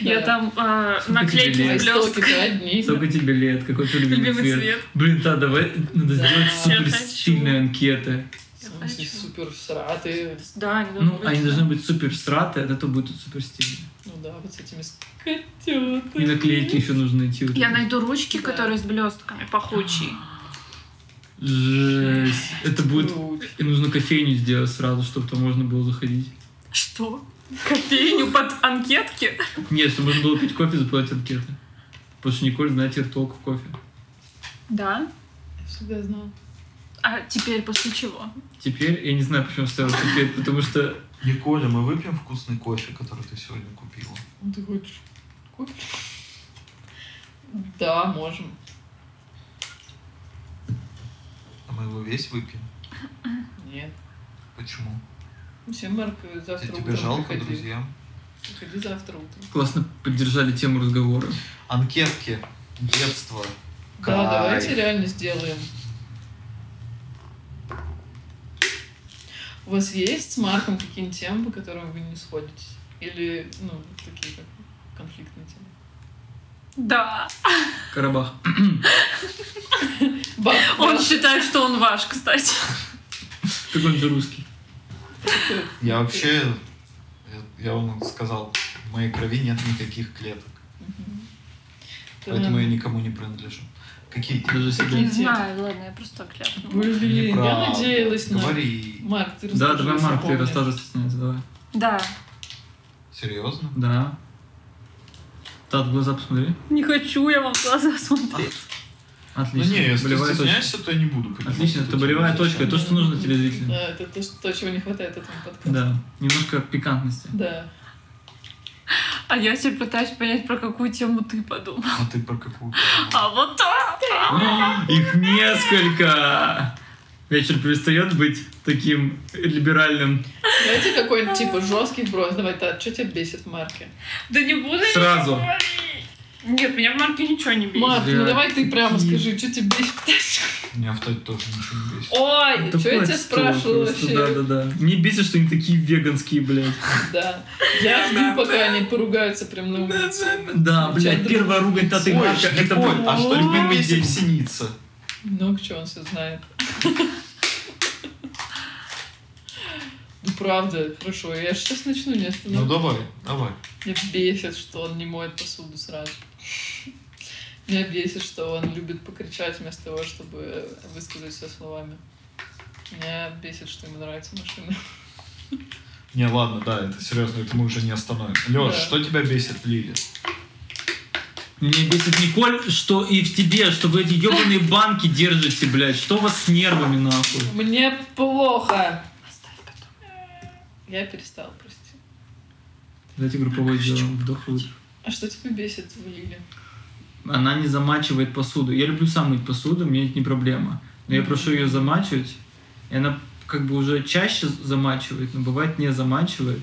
Speaker 5: Я
Speaker 3: Да.
Speaker 5: там а, наклейки
Speaker 2: тебе
Speaker 3: Твои
Speaker 2: лет?
Speaker 5: плёс.
Speaker 3: столки, да, одни.
Speaker 2: Сколько тебе лет? Какой твой любимый,
Speaker 5: Любимый
Speaker 2: цвет?
Speaker 5: цвет.
Speaker 2: Блин, да, давай надо
Speaker 3: Да.
Speaker 2: сделать
Speaker 5: Я
Speaker 2: супер стильные анкеты.
Speaker 3: В смысле,
Speaker 5: хочу.
Speaker 3: супер всратые.
Speaker 5: Да, они должны
Speaker 2: Ну,
Speaker 5: быть.
Speaker 2: они должны быть супер страты, от этого будет супер стильно.
Speaker 3: Ну да, вот с этими с-
Speaker 2: И
Speaker 3: котётами.
Speaker 2: наклейки еще нужно идти. вот
Speaker 5: Я
Speaker 2: эти.
Speaker 5: найду ручки,
Speaker 3: Да.
Speaker 5: которые с блестками, пахучие.
Speaker 2: Жесть. Это будет...
Speaker 3: Круть.
Speaker 2: И нужно кофейню сделать сразу, чтобы там можно было заходить.
Speaker 5: Что? Кофейню под анкетки?
Speaker 2: Нет, чтобы можно было пить кофе и заплатить анкеты. Потому что Николь знает теперь толк в кофе.
Speaker 5: Да.
Speaker 3: Я всегда знала.
Speaker 5: А теперь после чего?
Speaker 2: Теперь, я не знаю, почему вставил теперь, потому что
Speaker 1: Николя, мы выпьем вкусный кофе, который ты сегодня купила?
Speaker 3: Ну, Ты хочешь кофе? Да, можем.
Speaker 1: А мы его весь выпьем?
Speaker 3: Нет.
Speaker 1: Почему?
Speaker 3: Вообще, Марк, э, завтра
Speaker 1: Тебе
Speaker 3: утром
Speaker 1: жалко
Speaker 3: приходи.
Speaker 1: друзьям?
Speaker 3: Приходи завтра утром.
Speaker 2: классно поддержали тему разговора.
Speaker 1: Анкетки детства
Speaker 3: Да, давайте реально сделаем. У вас есть с Марком какие-нибудь темы, по которым вы не сходитесь? Или, ну, такие как конфликтные темы?
Speaker 5: Да.
Speaker 2: Карабах.
Speaker 3: Ба-
Speaker 5: Он
Speaker 3: да,
Speaker 5: считает, что он ваш, кстати.
Speaker 2: Так он же русский.
Speaker 1: Я вообще, я- я вам сказал, в моей крови нет никаких клеток,
Speaker 3: это,
Speaker 1: поэтому я
Speaker 3: наверное,
Speaker 1: никому не принадлежу. Какие темы?
Speaker 2: Даже
Speaker 5: Не
Speaker 2: себе.
Speaker 3: Какие?
Speaker 5: знаю, ладно, я просто кляпнула.
Speaker 3: Блин, я
Speaker 1: Неправда.
Speaker 3: надеялась на...
Speaker 1: Говори.
Speaker 3: Марк, ты
Speaker 2: Да,
Speaker 3: расскажи,
Speaker 2: давай,
Speaker 3: если
Speaker 2: Марк, ты
Speaker 3: помнишь.
Speaker 2: рассказывай, становится, давай.
Speaker 5: Да.
Speaker 1: Серьезно? Ну
Speaker 2: Да. Да, в глаза посмотри.
Speaker 5: Не хочу я вам в глаза смотреть.
Speaker 1: Ну
Speaker 2: Отлично.
Speaker 1: не, если ты
Speaker 2: Болевая точка.
Speaker 1: стесняешься, то я не буду понимать.
Speaker 2: Отлично,
Speaker 1: что
Speaker 2: это
Speaker 1: тебе
Speaker 2: болевая
Speaker 1: зачем.
Speaker 2: точка, то, что нужно телезрителям.
Speaker 3: Да, это то, что- то, чего не хватает этому подкасту.
Speaker 2: Да, немножко пикантности.
Speaker 3: Да.
Speaker 5: А я теперь пытаюсь понять, про какую тему ты подумал.
Speaker 1: А ты про какую?
Speaker 5: А вот то!
Speaker 2: А, Их несколько! Вечер перестает быть таким либеральным
Speaker 3: Давайте какой-нибудь типа жесткий вброс. Давай, Тат, что тебя бесит в Марке?
Speaker 5: Да не буду я
Speaker 2: сразу.
Speaker 5: говорить. Нет, меня в марке ничего не бесит.
Speaker 3: Марк, ну
Speaker 2: Да.
Speaker 3: давай ты прямо скажи, что тебя бесит в Тачке?
Speaker 1: Меня в тать тоже ничего не бесит.
Speaker 3: Ой, что я
Speaker 2: Такой
Speaker 3: тебя
Speaker 2: отстой
Speaker 3: спрашивала
Speaker 2: просто,
Speaker 3: вообще?
Speaker 2: Да-да-да. Не бесит, что они такие веганские, блядь.
Speaker 3: Да. Я жду, пока они поругаются прям на улице.
Speaker 2: Да, блядь,
Speaker 3: Чё,
Speaker 2: первая ругань Таты
Speaker 1: Ой,
Speaker 2: Марка, это
Speaker 1: Оль,
Speaker 2: будет
Speaker 1: а что тебе
Speaker 2: любимый
Speaker 1: бесит
Speaker 2: день.
Speaker 1: синица?
Speaker 3: Много чего он все знает. Ну правда, хорошо, я же сейчас начну, не
Speaker 1: Ну
Speaker 3: остановлюсь.
Speaker 1: давай, давай.
Speaker 3: Меня бесит, что он не моет посуду сразу. Меня бесит, что он любит покричать вместо того, чтобы высказать все словами. Меня бесит, что ему нравится машина.
Speaker 1: Не, ладно, да, это серьезно, это мы уже не остановим. Леш,
Speaker 3: Да.
Speaker 1: что тебя бесит в Лиле?
Speaker 2: Мне бесит Николь, что и в тебе, что вы эти ебаные банки держите, блядь. Что у вас с нервами, нахуй?
Speaker 3: Мне плохо. Я перестала, прости.
Speaker 2: Давайте групповой сделаем вдох и выдох.
Speaker 3: А что тебя бесит в Лиле?
Speaker 2: Она не замачивает посуду. Я люблю сам мыть посуду, мне это не проблема. Но я прошу ее замачивать, и она как бы уже чаще замачивает, но бывает не замачивает.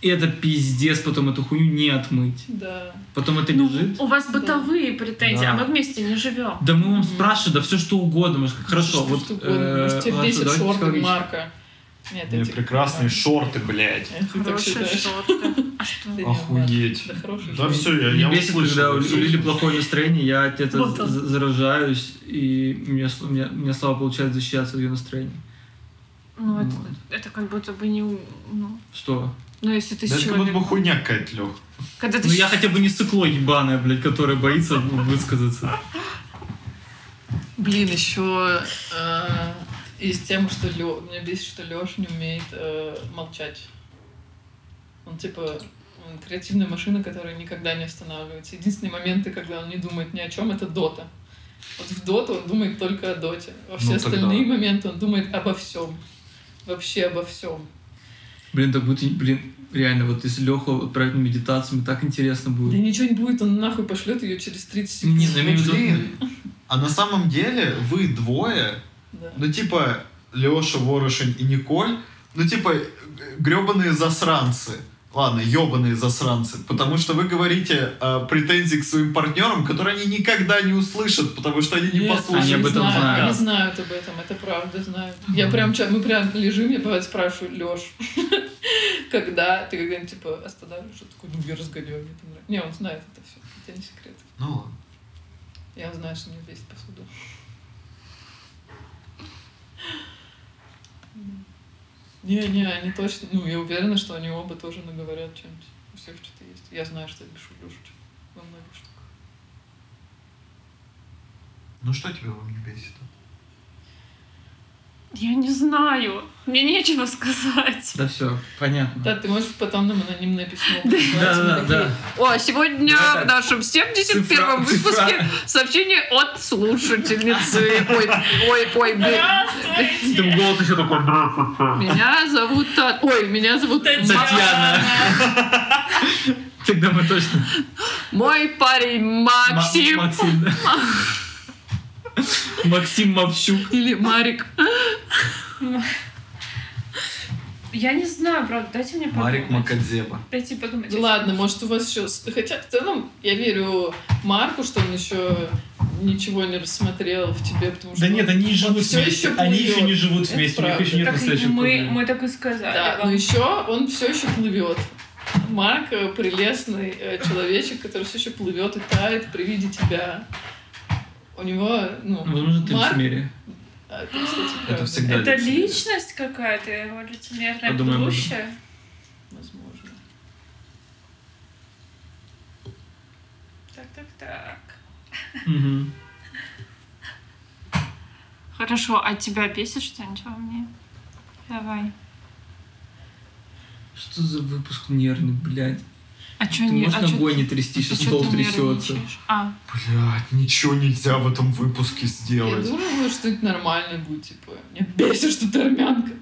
Speaker 2: И это пиздец потом эту хуйню не отмыть.
Speaker 3: Да.
Speaker 2: Потом это
Speaker 5: Ну,
Speaker 2: лежит.
Speaker 5: у вас
Speaker 3: Да.
Speaker 5: бытовые претензии,
Speaker 1: Да.
Speaker 5: а мы вместе не живем.
Speaker 2: Да мы вам
Speaker 3: Мгм.
Speaker 2: спрашиваем, да все что угодно. Может, хорошо,
Speaker 3: Что
Speaker 2: вот...
Speaker 3: ж угодно.
Speaker 2: э,
Speaker 3: Может, тебя
Speaker 2: хорошо,
Speaker 3: бесит
Speaker 2: давайте
Speaker 3: шорты
Speaker 2: психологически.
Speaker 3: Марка? Нет,
Speaker 1: Мне
Speaker 3: эти-
Speaker 1: прекрасные шорты, блядь.
Speaker 3: Э, ты так
Speaker 5: Хорошая
Speaker 3: считаешь?
Speaker 5: шутка. А что?
Speaker 3: Да не,
Speaker 1: Охуеть.
Speaker 3: Марк, Да хороший
Speaker 10: Да
Speaker 3: же.
Speaker 10: все, я, я
Speaker 2: Меня бесит,
Speaker 10: услышал.
Speaker 2: когда у
Speaker 10: всё.
Speaker 2: Лю- Лили плохое настроение, я от этого
Speaker 5: Вот он.
Speaker 2: за- заражаюсь, и у меня, с- у меня, у меня слабо получается защищаться от ее настроения.
Speaker 5: Ну, это,
Speaker 2: Вот.
Speaker 5: это как будто бы не... у- Ну,
Speaker 2: Что?
Speaker 5: ну, если ты
Speaker 1: Да
Speaker 5: с
Speaker 1: это как будто бы
Speaker 5: человеком...
Speaker 1: хуйня какая-то, Лех.
Speaker 5: Когда ты
Speaker 2: Ну
Speaker 5: с-
Speaker 2: я хотя бы не сыкло ебаное, блядь, которое боится высказаться.
Speaker 3: Блин, еще из темы, что Лё... меня бесит, что Леша не умеет э, молчать. Он типа он креативная машина, которая никогда не останавливается. Единственные моменты, когда он не думает ни о чем, это дота. Вот в доту он думает только о доте. Во все
Speaker 1: Ну, тогда-
Speaker 3: остальные моменты он думает обо всем. Вообще обо всем.
Speaker 2: Блин, так будто, блин, реально, вот если Леху отправить на медитацию, мне так интересно
Speaker 3: Да
Speaker 2: будет.
Speaker 3: ничего не будет, он нахуй пошлет ее через 30 секунд.
Speaker 2: Не, ну, я имею в виду-
Speaker 1: Блин. А на самом деле вы двое,
Speaker 3: Да.
Speaker 1: ну типа Леша, Ворошин и Николь, ну типа гребаные засранцы. Ладно, ебаные засранцы. Потому что вы говорите э, претензии к своим партнерам, которые они никогда не услышат, потому что они не
Speaker 3: Нет,
Speaker 1: послушают.
Speaker 2: Они об этом
Speaker 1: наш
Speaker 3: знают,
Speaker 2: знают.
Speaker 3: Они
Speaker 1: подкаст.
Speaker 3: знают об этом, это правда знают. Я прям, ча- мы прям лежим, я бывает спрашиваю, Леш, когда ты когда-нибудь типа останавливаешь, Я такой, ну я разгоняю, мне это нравится. Не, он знает это все, это не секрет.
Speaker 1: Ну ладно.
Speaker 3: Я знаю, что мне весит посуду. Не-не, они точно, ну я уверена, что они оба тоже наговорят чем-нибудь. У всех что-то есть. Я знаю, что я пишу Лешу во многих штуках.
Speaker 1: Ну что тебя во мне бесит?
Speaker 5: Я не знаю. Мне нечего сказать.
Speaker 2: Да все, понятно.
Speaker 3: Да, ты можешь потом нам анонимное письмо
Speaker 2: Да,
Speaker 3: прислать. Мы
Speaker 2: да,
Speaker 3: такие,
Speaker 2: да.
Speaker 5: О, сегодня
Speaker 2: Да.
Speaker 5: в нашем 71-м
Speaker 2: Цифра-
Speaker 5: выпуске
Speaker 2: цифра.
Speaker 5: сообщение от слушательницы. Ой, ой, ой, блин.
Speaker 2: Там голос еще такой.
Speaker 3: Меня зовут Тат... Ой, меня зовут
Speaker 2: Татьяна. Тогда мы точно.
Speaker 5: Мой парень
Speaker 2: Ма-
Speaker 5: Максим.
Speaker 2: Максим, да. Максим Мовщук.
Speaker 3: Или Марик.
Speaker 11: Я не знаю, правда, дайте мне подумать.
Speaker 1: Марик Макадзеба.
Speaker 11: Дайте подумать.
Speaker 3: Ладно, может, у вас еще... Хотя, в целом, я верю Марку, что он еще ничего не рассмотрел в тебе, потому что...
Speaker 12: Да нет, они не
Speaker 3: он
Speaker 12: живут
Speaker 3: всё
Speaker 12: вместе.
Speaker 3: ещё
Speaker 12: Они
Speaker 3: плывёт.
Speaker 12: еще не живут
Speaker 3: Это
Speaker 12: вместе, у них
Speaker 3: правда.
Speaker 12: еще нет
Speaker 4: Так
Speaker 12: настоящих
Speaker 4: мы,
Speaker 12: проблем.
Speaker 4: мы так и сказали.
Speaker 3: Да,
Speaker 5: ну
Speaker 4: вам.
Speaker 3: но еще он все еще плывет. Марк э, прелестный э, человечек, который все еще плывет и тает при виде тебя. У него, ну,
Speaker 2: Возможно, ты
Speaker 3: Марк-
Speaker 2: лицемерие.
Speaker 3: а, это, кстати,
Speaker 12: Это
Speaker 3: правда.
Speaker 12: всегда
Speaker 4: Это
Speaker 12: лицемерие.
Speaker 4: личность какая-то, его лицемерная
Speaker 2: Подумаем об этом.
Speaker 4: будущее.
Speaker 3: Возможно.
Speaker 4: Так, так, так.
Speaker 2: Мгм.
Speaker 5: Хорошо, а тебя бесит что-нибудь во мне? Давай.
Speaker 2: Что за выпуск нервный, блядь?
Speaker 5: А что
Speaker 2: Ты
Speaker 5: не...
Speaker 2: можешь
Speaker 5: а
Speaker 2: на
Speaker 5: чё-
Speaker 2: гоне трясти,
Speaker 5: а
Speaker 2: сейчас
Speaker 5: чё
Speaker 2: стол
Speaker 5: ты
Speaker 2: трясется.
Speaker 5: нервничаешь? А,
Speaker 6: Блядь, ничего нельзя в этом выпуске
Speaker 3: Я
Speaker 6: сделать.
Speaker 3: думаю, что это нормально будет, типа. Меня бесит, что ты армянка.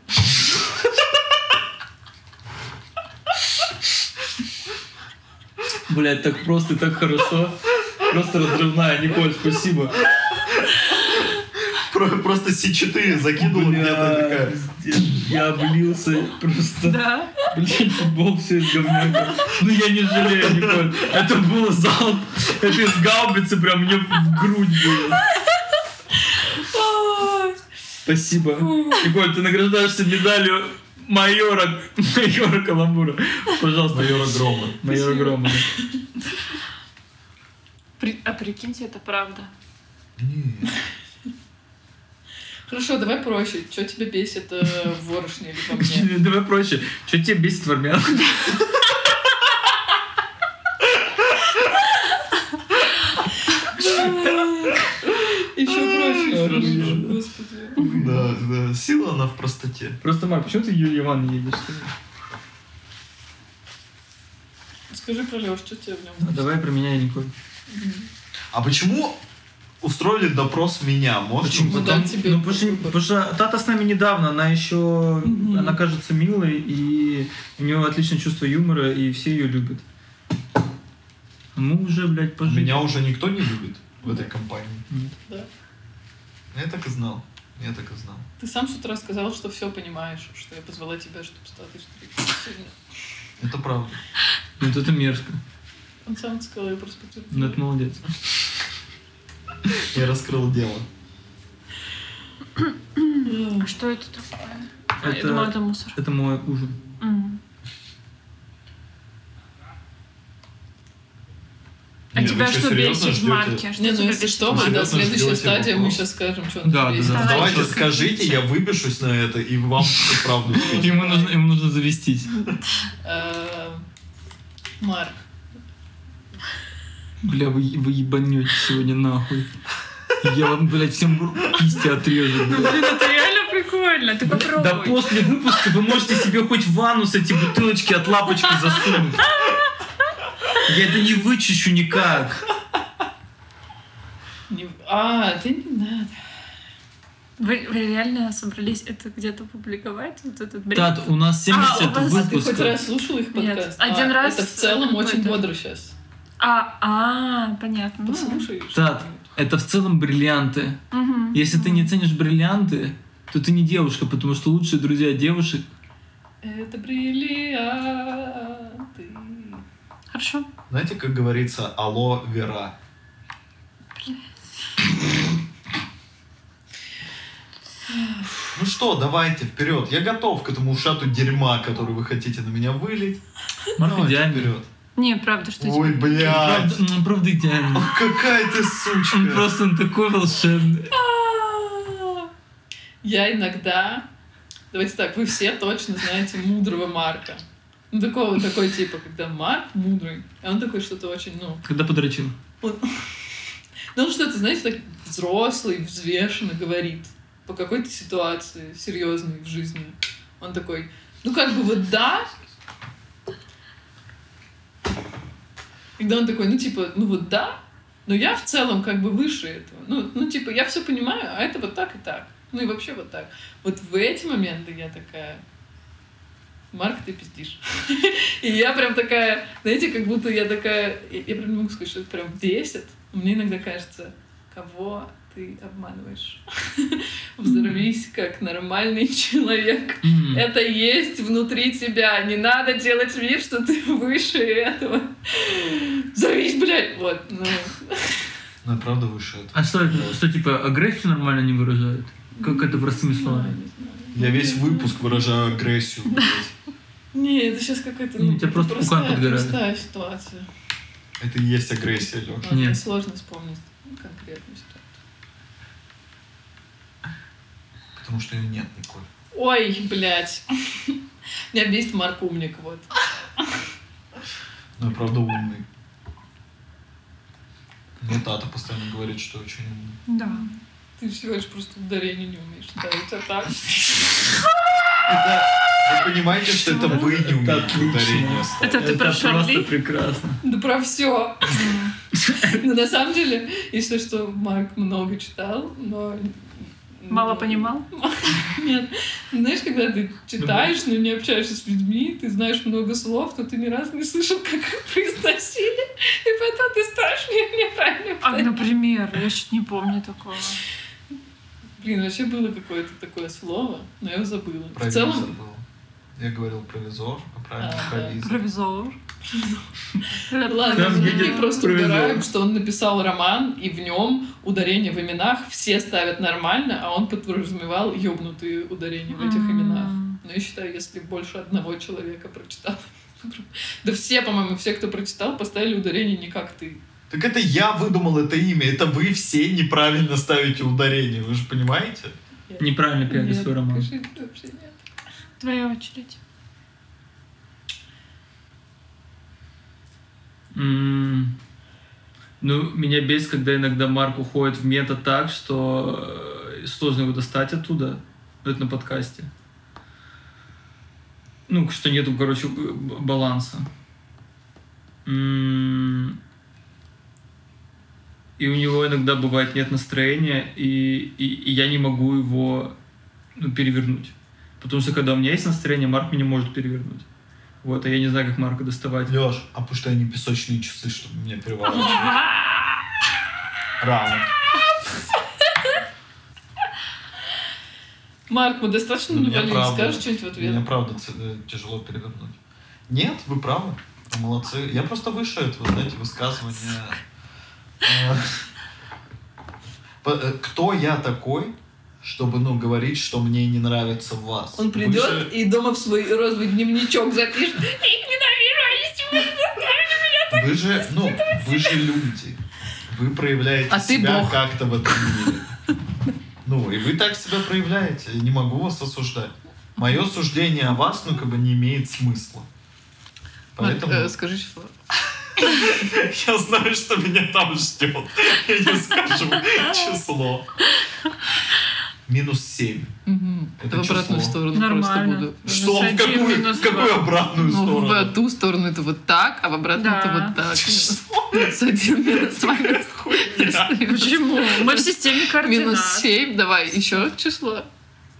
Speaker 2: Блядь, так просто и так хорошо. Просто разрывная, Николь, спасибо.
Speaker 6: Про- Просто С4 закинула где-то такая.
Speaker 2: Пиздец, Я облился просто.
Speaker 5: да?
Speaker 2: Блин, футбол все из говняка. Ну я не жалею, Николь. Это было залп. Это из гаубицы прям мне в грудь было. Спасибо. Николь, ты награждаешься медалью майора, майора Каламбура. Пожалуйста.
Speaker 6: Майора Грома.
Speaker 2: Майора Громова.
Speaker 5: При- А прикиньте, это правда.
Speaker 3: Хорошо, давай проще. Что тебя бесит э, в ворошне или во мне?
Speaker 2: Давай проще. Что тебе бесит в армянах?
Speaker 3: Еще проще.
Speaker 2: Хорошо.
Speaker 3: Господи.
Speaker 6: Да, да. Сила она в простоте.
Speaker 2: Просто, Марк, почему ты Юрий Иван не едешь?
Speaker 3: Скажи про Лёш, что тебе в нем?
Speaker 2: Ну, Давай про меня, Николь.
Speaker 6: А почему устроили допрос меня? Может,
Speaker 2: Почему?
Speaker 3: Ну,
Speaker 2: Потом-
Speaker 3: дам тебе
Speaker 2: ну, потому, что,
Speaker 3: выбор.
Speaker 2: потому что Тата с нами недавно, она еще,
Speaker 3: Мгм.
Speaker 2: она кажется милой, и у нее отличное чувство юмора, и все ее любят. А Мы уже, блядь, пожили.
Speaker 6: Меня уже никто не любит в этой компании.
Speaker 2: Нет.
Speaker 3: Да.
Speaker 6: Я так и знал. Я так и знал.
Speaker 3: Ты сам с утра сказал, что все понимаешь, что я позвала тебя, чтобы статус сильно.
Speaker 6: Это правда.
Speaker 2: Ну, вот это мерзко.
Speaker 3: Он сам это сказал, я просто
Speaker 2: Ну, это
Speaker 3: подтвердила.
Speaker 2: молодец.
Speaker 6: Я раскрыл дело.
Speaker 5: А Что это такое? А, я
Speaker 2: Это-
Speaker 5: думала, это мусор.
Speaker 2: Это мой ужин.
Speaker 5: М. А
Speaker 6: Не,
Speaker 5: тебя
Speaker 6: вы
Speaker 5: что
Speaker 6: серьезно
Speaker 5: бесит в
Speaker 6: ждете?
Speaker 5: марке? Что
Speaker 3: Не, ну
Speaker 5: тебя
Speaker 3: если
Speaker 5: бесит?
Speaker 3: что, мы
Speaker 6: Серьезно
Speaker 3: до следующей
Speaker 6: ждете
Speaker 3: стадии мы
Speaker 6: вопрос?
Speaker 3: сейчас скажем, что он
Speaker 2: Да,
Speaker 3: тебе
Speaker 2: да,
Speaker 3: бесит.
Speaker 5: Давай.
Speaker 6: Давайте скажите, я выбешусь на это, и вам всю правду скажу.
Speaker 2: Ему нужно, ему нужно завестись.
Speaker 3: Э, Марк,
Speaker 2: Бля, вы, вы ебанете сегодня нахуй. Я вам, блядь, всем ру- кисти отрежу, блядь.
Speaker 5: Блин, это реально прикольно, ты
Speaker 2: Да
Speaker 5: попробуй.
Speaker 2: после выпуска вы можете себе хоть в анус эти бутылочки от лапочки засунуть. Я это не вычищу никак.
Speaker 3: не... А, ты не надо.
Speaker 5: Вы, вы реально собрались это где-то публиковать? Вот этот бред?
Speaker 2: Тат, у нас 70
Speaker 5: А, у вас-
Speaker 3: Ты хоть
Speaker 2: выпусков.
Speaker 3: раз слушал их
Speaker 5: Нет,
Speaker 3: подкаст?
Speaker 5: один
Speaker 3: А,
Speaker 5: раз
Speaker 3: Это в целом очень
Speaker 5: какой-то.
Speaker 3: бодро сейчас.
Speaker 5: А, а, понятно. Ну,
Speaker 3: Послушай.
Speaker 2: Тат,
Speaker 3: что-нибудь.
Speaker 2: это в целом бриллианты.
Speaker 5: мгм.
Speaker 2: Если ты не ценишь бриллианты, то ты не девушка, потому что лучшие друзья девушек.
Speaker 3: Это бриллианты.
Speaker 5: Хорошо.
Speaker 6: Знаете, как говорится, алло, Вера. Ну что, давайте вперед. Я готов к этому ушату дерьма, который вы хотите на меня вылить.
Speaker 2: Марк
Speaker 6: Давайте
Speaker 2: идеальный.
Speaker 6: вперед.
Speaker 5: Не, правда, что
Speaker 6: Ой,
Speaker 5: тебе-
Speaker 6: блядь.
Speaker 2: Правда, м, правда идеальный.
Speaker 6: Ох, Какая ты сучка.
Speaker 2: Он просто он такой волшебный.
Speaker 3: А, Я иногда... Давайте так, вы все точно знаете мудрого Марка. Ну, такого, такой типа, когда Марк мудрый, а он такой что-то очень, ну...
Speaker 2: Когда подрочил.
Speaker 3: Ну, он что-то, знаете, так взрослый, взвешенно говорит по какой-то ситуации серьезной в жизни. Он такой, ну, как бы вот да... Когда он такой, ну, типа, ну, вот да, но я в целом как бы выше этого. Ну, ну типа, я все понимаю, а это вот так и так. Ну, и вообще вот так. Вот в эти моменты я такая... Марк, ты пиздишь. И я прям такая, знаете, как будто я такая, я, я прям не могу сказать, что это прям бесит. Мне иногда кажется, кого ты обманываешь? Взорвись как нормальный человек.
Speaker 2: М.
Speaker 3: Это есть внутри тебя. Не надо делать вид, что ты выше этого. Взорвись, блядь. Вот. ну.
Speaker 1: Ну, я правда выше этого.
Speaker 2: А что, что типа агрессию нормально не выражают? Как это простыми
Speaker 3: ну,
Speaker 2: словами?
Speaker 1: Я весь выпуск выражаю агрессию. блядь.
Speaker 3: Не, это сейчас какая-то
Speaker 2: Ну, тебя просто пукан
Speaker 3: простая,
Speaker 2: подгорает.
Speaker 3: простая ситуация.
Speaker 1: Это и есть агрессия, Лёш.
Speaker 3: Ладно,
Speaker 2: Нет.
Speaker 3: Сложно вспомнить конкретную ситуацию.
Speaker 1: Потому что ее нет, Николь.
Speaker 3: Ой, блядь. Меня бесит Марк Умник, вот.
Speaker 1: Ну, я правда умный. Мне тата постоянно говорит, что я очень умный.
Speaker 5: Да.
Speaker 3: Ты всего лишь просто ударение не умеешь ставить, а так...
Speaker 1: Это, вы понимаете, что это вы не умеете
Speaker 2: отлично.
Speaker 1: ударение ставить?
Speaker 5: Это ты про
Speaker 2: просто
Speaker 5: Шарли?
Speaker 2: прекрасно.
Speaker 3: Да про все. Но на самом деле, если что, Марк много читал, но...
Speaker 5: Мало
Speaker 3: но-
Speaker 5: понимал?
Speaker 3: Нет. Знаешь, когда ты читаешь, но не общаешься с людьми, ты знаешь много слов, но ты ни разу не слышал, как их произносили, и потом ты ставишь мне неправильно.
Speaker 5: А, например, я что-то не помню такого.
Speaker 3: Блин, вообще было какое-то такое слово, но я его забыла. В
Speaker 1: Провизор
Speaker 3: целом,
Speaker 1: был. Я говорил провизор, а правильно
Speaker 3: А,
Speaker 1: провизор.
Speaker 5: Провизор.
Speaker 3: Ладно,
Speaker 2: Там
Speaker 3: мы
Speaker 2: едет
Speaker 3: просто
Speaker 2: провизор.
Speaker 3: убираем, что он написал роман, и в нем ударение в именах все ставят нормально, а он подразумевал ёбнутые ударения в этих именах. Но я считаю, если больше одного человека прочитал... Да все, по-моему, все, кто прочитал, поставили ударение не как ты.
Speaker 1: Так это я выдумал это имя, это вы все неправильно ставите ударение, вы же понимаете?
Speaker 2: Неправильно пиарю
Speaker 3: Нет,
Speaker 2: свой роман.
Speaker 3: пиши, вообще нет.
Speaker 5: Твоя очередь.
Speaker 2: М, Ну, меня бесит, когда иногда Марк уходит в мета так, что э, сложно его достать оттуда. Ну, Это на подкасте. Ну, что нету, короче, б- б- баланса. М, И у него иногда бывает нет настроения, и, и, и я не могу его ну, перевернуть. Потому что когда у меня есть настроение, Марк меня может перевернуть. Вот, а я не знаю, как Марка доставать.
Speaker 1: Леш, а потому что я не песочные часы, чтобы меня переворачивать. Раунд.
Speaker 3: Марк, мы достаточно
Speaker 1: Ну, меня
Speaker 3: навалили,
Speaker 1: правда.
Speaker 3: скажешь что-нибудь в
Speaker 1: Меня
Speaker 3: ответ?
Speaker 1: правда ц- э, тяжело перевернуть. Нет, вы правы. Вы молодцы. Я просто выше этого, знаете, высказывания. Э, п- э, Кто я такой, чтобы, ну, говорить, что мне не нравится в вас?
Speaker 3: Он
Speaker 1: Выше-
Speaker 3: придет и дома в свой розовый дневничок запишет.
Speaker 1: Вы же, ну, вы же люди. Вы проявляете
Speaker 13: А ты
Speaker 1: себя
Speaker 13: бог.
Speaker 1: как-то в этом мире. Ну, и вы так себя проявляете. Я не могу вас осуждать. Мое суждение о вас, ну, как бы не имеет смысла.
Speaker 13: Марк,
Speaker 1: Поэтому...
Speaker 13: э, скажи число.
Speaker 1: Я знаю, что меня там ждет. Я не скажу число. Минус 7.
Speaker 13: Мгм.
Speaker 1: Это
Speaker 13: в обратную
Speaker 1: число.
Speaker 3: Ну,
Speaker 13: сторону
Speaker 5: Нормально.
Speaker 13: просто буду.
Speaker 5: Минус
Speaker 1: Что? В
Speaker 5: один,
Speaker 1: какую,
Speaker 5: минус
Speaker 1: в какую
Speaker 5: два.
Speaker 1: обратную
Speaker 13: Ну, в
Speaker 1: сторону?
Speaker 13: эту сторону это вот так, а в обратную это
Speaker 5: Да.
Speaker 13: вот так. Минус один, минус два, минус три.
Speaker 5: Почему? Мы в системе координат.
Speaker 13: Минус семь, давай, еще число.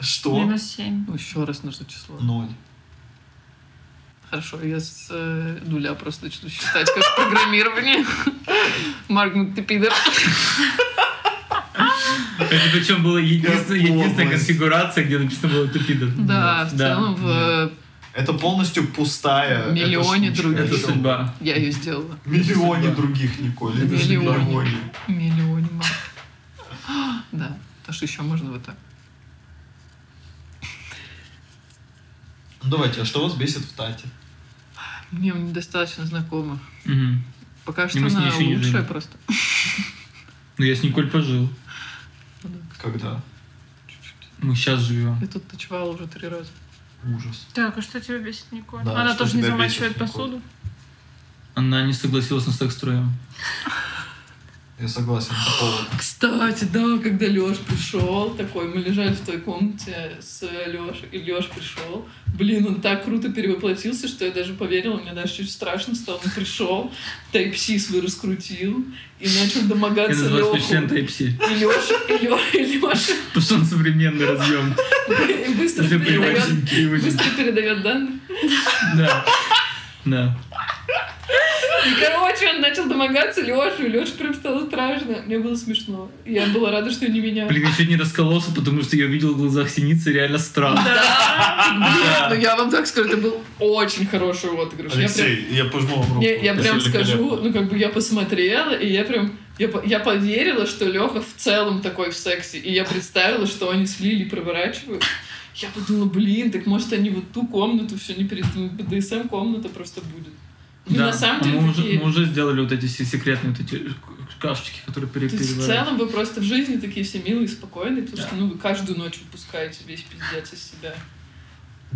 Speaker 1: Что?
Speaker 5: Минус семь.
Speaker 13: Ну, еще раз нужно число.
Speaker 1: Ноль.
Speaker 13: Хорошо, я с э, нуля просто начну считать, как в программировании. Марк, ну ты пидор.
Speaker 2: Это причем была единственная,
Speaker 1: Я
Speaker 2: единственная
Speaker 1: полностью.
Speaker 2: конфигурация, где написано было Тупидо.
Speaker 13: Да,
Speaker 2: Вот,
Speaker 13: в целом в, э,
Speaker 1: Это полностью пустая. эта
Speaker 13: Миллионе
Speaker 1: штучка.
Speaker 13: других.
Speaker 2: Это
Speaker 1: Ещё
Speaker 2: судьба.
Speaker 13: я ее сделала.
Speaker 1: Миллионе
Speaker 2: Судьба.
Speaker 1: других, Николь. это
Speaker 13: Миллионе.
Speaker 1: миллионе.
Speaker 13: Миллионе, Марк. Да, потому что еще можно вот так.
Speaker 1: Ну, давайте, а что вас бесит в Тате?
Speaker 13: Мне он недостаточно знакома.
Speaker 2: Мгм.
Speaker 13: Пока что
Speaker 2: мы с ней
Speaker 13: она
Speaker 2: еще не
Speaker 13: лучшая
Speaker 2: жили.
Speaker 13: просто.
Speaker 2: Ну, я с Николь пожил.
Speaker 1: Когда?
Speaker 2: Мы сейчас живем.
Speaker 13: Я тут ночевала уже три раза.
Speaker 1: Ужас.
Speaker 5: Так, а что тебя бесит, Николь?
Speaker 1: Да,
Speaker 5: Она
Speaker 1: что
Speaker 5: тоже не
Speaker 1: тебя
Speaker 5: замачивает
Speaker 1: бесит, Николь?
Speaker 5: посуду?
Speaker 2: Она не согласилась на секс втроем.
Speaker 1: Я согласен. по поводу.
Speaker 3: Кстати, да, когда Лёш пришел, такой, мы лежали в той комнате с Лёшей, и Лёш пришел. Блин, он так круто перевоплотился, что я даже поверила, мне даже чуть страшно стало. Он пришел, тайп-си свой раскрутил и начал
Speaker 2: Я
Speaker 3: домогаться
Speaker 2: называю свой член
Speaker 3: Лёху.
Speaker 2: Type-C.
Speaker 3: И Лёша, и Лёша, и Лёша
Speaker 2: Потому что он современный разъем.
Speaker 3: быстро
Speaker 2: Для
Speaker 3: передает,
Speaker 2: привычки, привычки.
Speaker 3: быстро передает данные.
Speaker 2: Да. Да.
Speaker 3: И, короче, он начал домогаться Лёшу, и Лёше прям стало страшно. Мне было смешно. Я была рада, что не меня.
Speaker 2: Блин, я чуть не раскололся, потому что я видел в глазах синицы реально странно.
Speaker 13: Блин, ну я вам так скажу, это был...
Speaker 3: Очень хороший отыгрыш. Я прям
Speaker 1: Алексей, я пожму вам руку.
Speaker 3: Я, я
Speaker 1: Это
Speaker 3: прям
Speaker 1: великолепно.
Speaker 3: скажу, ну как бы я посмотрела, и я прям Я, по- я поверила, что Леха в целом такой в сексе. И я представила, что они с Лили проворачивают. Я подумала, блин, так может они вот ту комнату все не перед БДСМ комната просто будет. Ну,
Speaker 2: Да, А
Speaker 3: на самом деле,
Speaker 2: мы, уже,
Speaker 3: такие-
Speaker 2: мы уже сделали вот эти все секретные вот эти шкафчики, которые пере-
Speaker 3: То есть в
Speaker 2: переваривают.
Speaker 3: целом вы просто в жизни такие все милые и спокойные, потому
Speaker 2: Да.
Speaker 3: что ну, вы каждую ночь выпускаете весь пиздец из себя.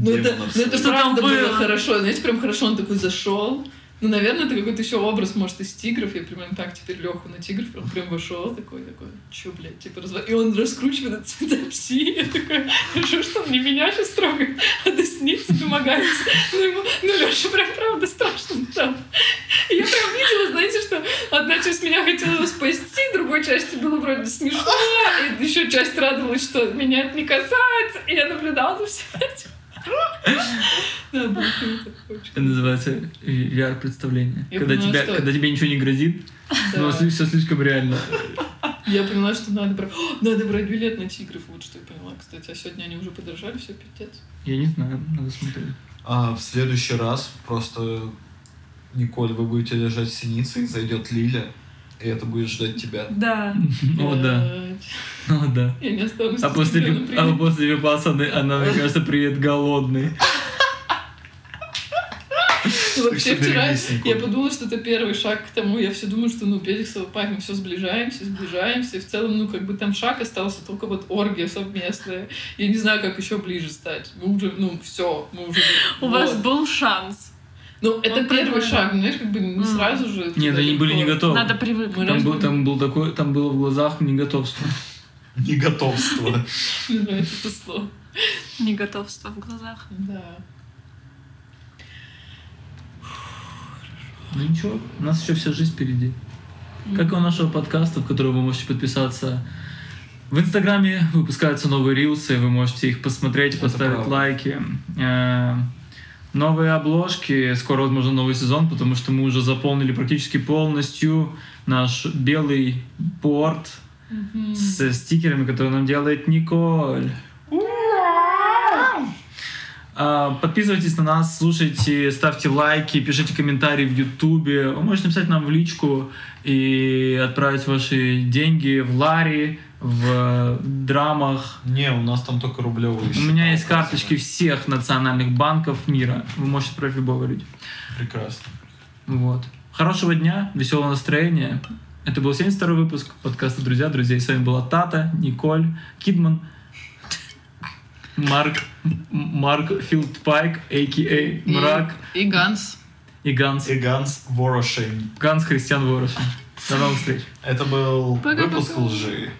Speaker 3: Ну это,
Speaker 14: Демонов
Speaker 3: ну, это
Speaker 14: своих.
Speaker 3: правда
Speaker 5: Там
Speaker 3: было
Speaker 5: было.
Speaker 3: хорошо. Знаете, прям хорошо он такой зашел. Ну, наверное, это какой-то еще образ, может, из тигров. Я прям так теперь Леху на тигров он прям вошел такой, такой, че, блядь, типа разво... И он раскручивает этот цветопси. Я такая, хорошо, что он не меня сейчас трогает, а до сницы домогается. Ну, ему, ну, Леша прям правда страшно там. И Я прям видела, знаете, что одна часть меня хотела его спасти, другой части было вроде смешно, и еще часть радовалась, что меня это не касается, и я наблюдала за всем этим. Да, было круто, очень
Speaker 2: Это
Speaker 3: круто.
Speaker 2: называется VR-представление.
Speaker 3: Я
Speaker 2: Когда,
Speaker 3: поняла,
Speaker 2: тебя,
Speaker 3: что-
Speaker 2: когда тебе ничего не грозит, но
Speaker 3: Да.
Speaker 2: все слишком реально.
Speaker 3: Я поняла, что надо брать, О, надо брать билет на тигров, вот что я поняла, кстати. А сегодня они уже подорожали, все пиздец.
Speaker 2: Я не знаю, надо смотреть.
Speaker 1: А в следующий раз просто, Николь, вы будете лежать синицей, зайдет Лиля, и это будет ждать тебя.
Speaker 5: Да.
Speaker 2: О, Ну да.
Speaker 3: Блядь.
Speaker 2: О, да.
Speaker 3: Я не останусь.
Speaker 2: А
Speaker 3: без
Speaker 2: после,
Speaker 3: тебя,
Speaker 2: ви-
Speaker 3: ну, привет.
Speaker 2: а после випасаны она, мне кажется, приедет голодный.
Speaker 3: Ну, Вообще
Speaker 1: Так что
Speaker 3: вчера
Speaker 1: берегись, Николь.
Speaker 3: я подумала, что это первый шаг к тому. Я все думаю, что ну Пеликсова пак, мы все сближаемся, сближаемся. И в целом, ну, как бы там шаг остался только вот оргия совместная. Я не знаю, как еще ближе стать. Мы уже, ну, все, мы уже.
Speaker 5: У
Speaker 3: вот.
Speaker 5: вас был шанс.
Speaker 3: Ну, это
Speaker 5: он
Speaker 3: первый
Speaker 5: прикольно.
Speaker 3: шаг, ну, знаешь, как бы не
Speaker 5: Мгм.
Speaker 3: сразу же.
Speaker 2: Нет,
Speaker 3: туда
Speaker 2: они были не
Speaker 3: легко.
Speaker 2: готовы.
Speaker 5: Надо привыкнуть.
Speaker 2: Там,
Speaker 3: Раз-
Speaker 2: был, там, был такой, там было в глазах неготовство.
Speaker 1: Не готовство.
Speaker 3: Мне нравится это слово.
Speaker 5: Не готовство в глазах.
Speaker 3: Да.
Speaker 2: Ну ничего, у нас еще вся жизнь впереди. Как и у нашего подкаста, в который вы можете подписаться. В Инстаграме выпускаются новые рилсы, вы можете их посмотреть, поставить
Speaker 1: правда.
Speaker 2: лайки. Э, Новые обложки, скоро, возможно, новый сезон, потому что мы уже заполнили практически полностью наш белый порт
Speaker 3: Мгм.
Speaker 2: с стикерами, которые нам делает Николь. А, Подписывайтесь на нас, слушайте, ставьте лайки, пишите комментарии в Ютубе. Вы можете написать нам в личку и отправить ваши деньги в Лари, в э, драмах.
Speaker 1: Не, у нас там только рублевые
Speaker 2: У меня есть карточки всех национальных банков мира. Вы можете отправить любого люди.
Speaker 1: Прекрасно.
Speaker 2: Вот. Хорошего дня, веселого настроения. Это был 72 выпуск подкаста «Друзья друзей». С вами была Тата, Николь, Кидман, Марк, М- Марк Филдпайк, а.к.а.
Speaker 15: И-
Speaker 2: Мрак
Speaker 15: И Ганс.
Speaker 2: и Ганс,
Speaker 1: И Ганс Ворошин.
Speaker 2: Ганс Христиан Ворошин. До новых встреч.
Speaker 1: Это был
Speaker 15: Пока-пока.
Speaker 1: выпуск лжи.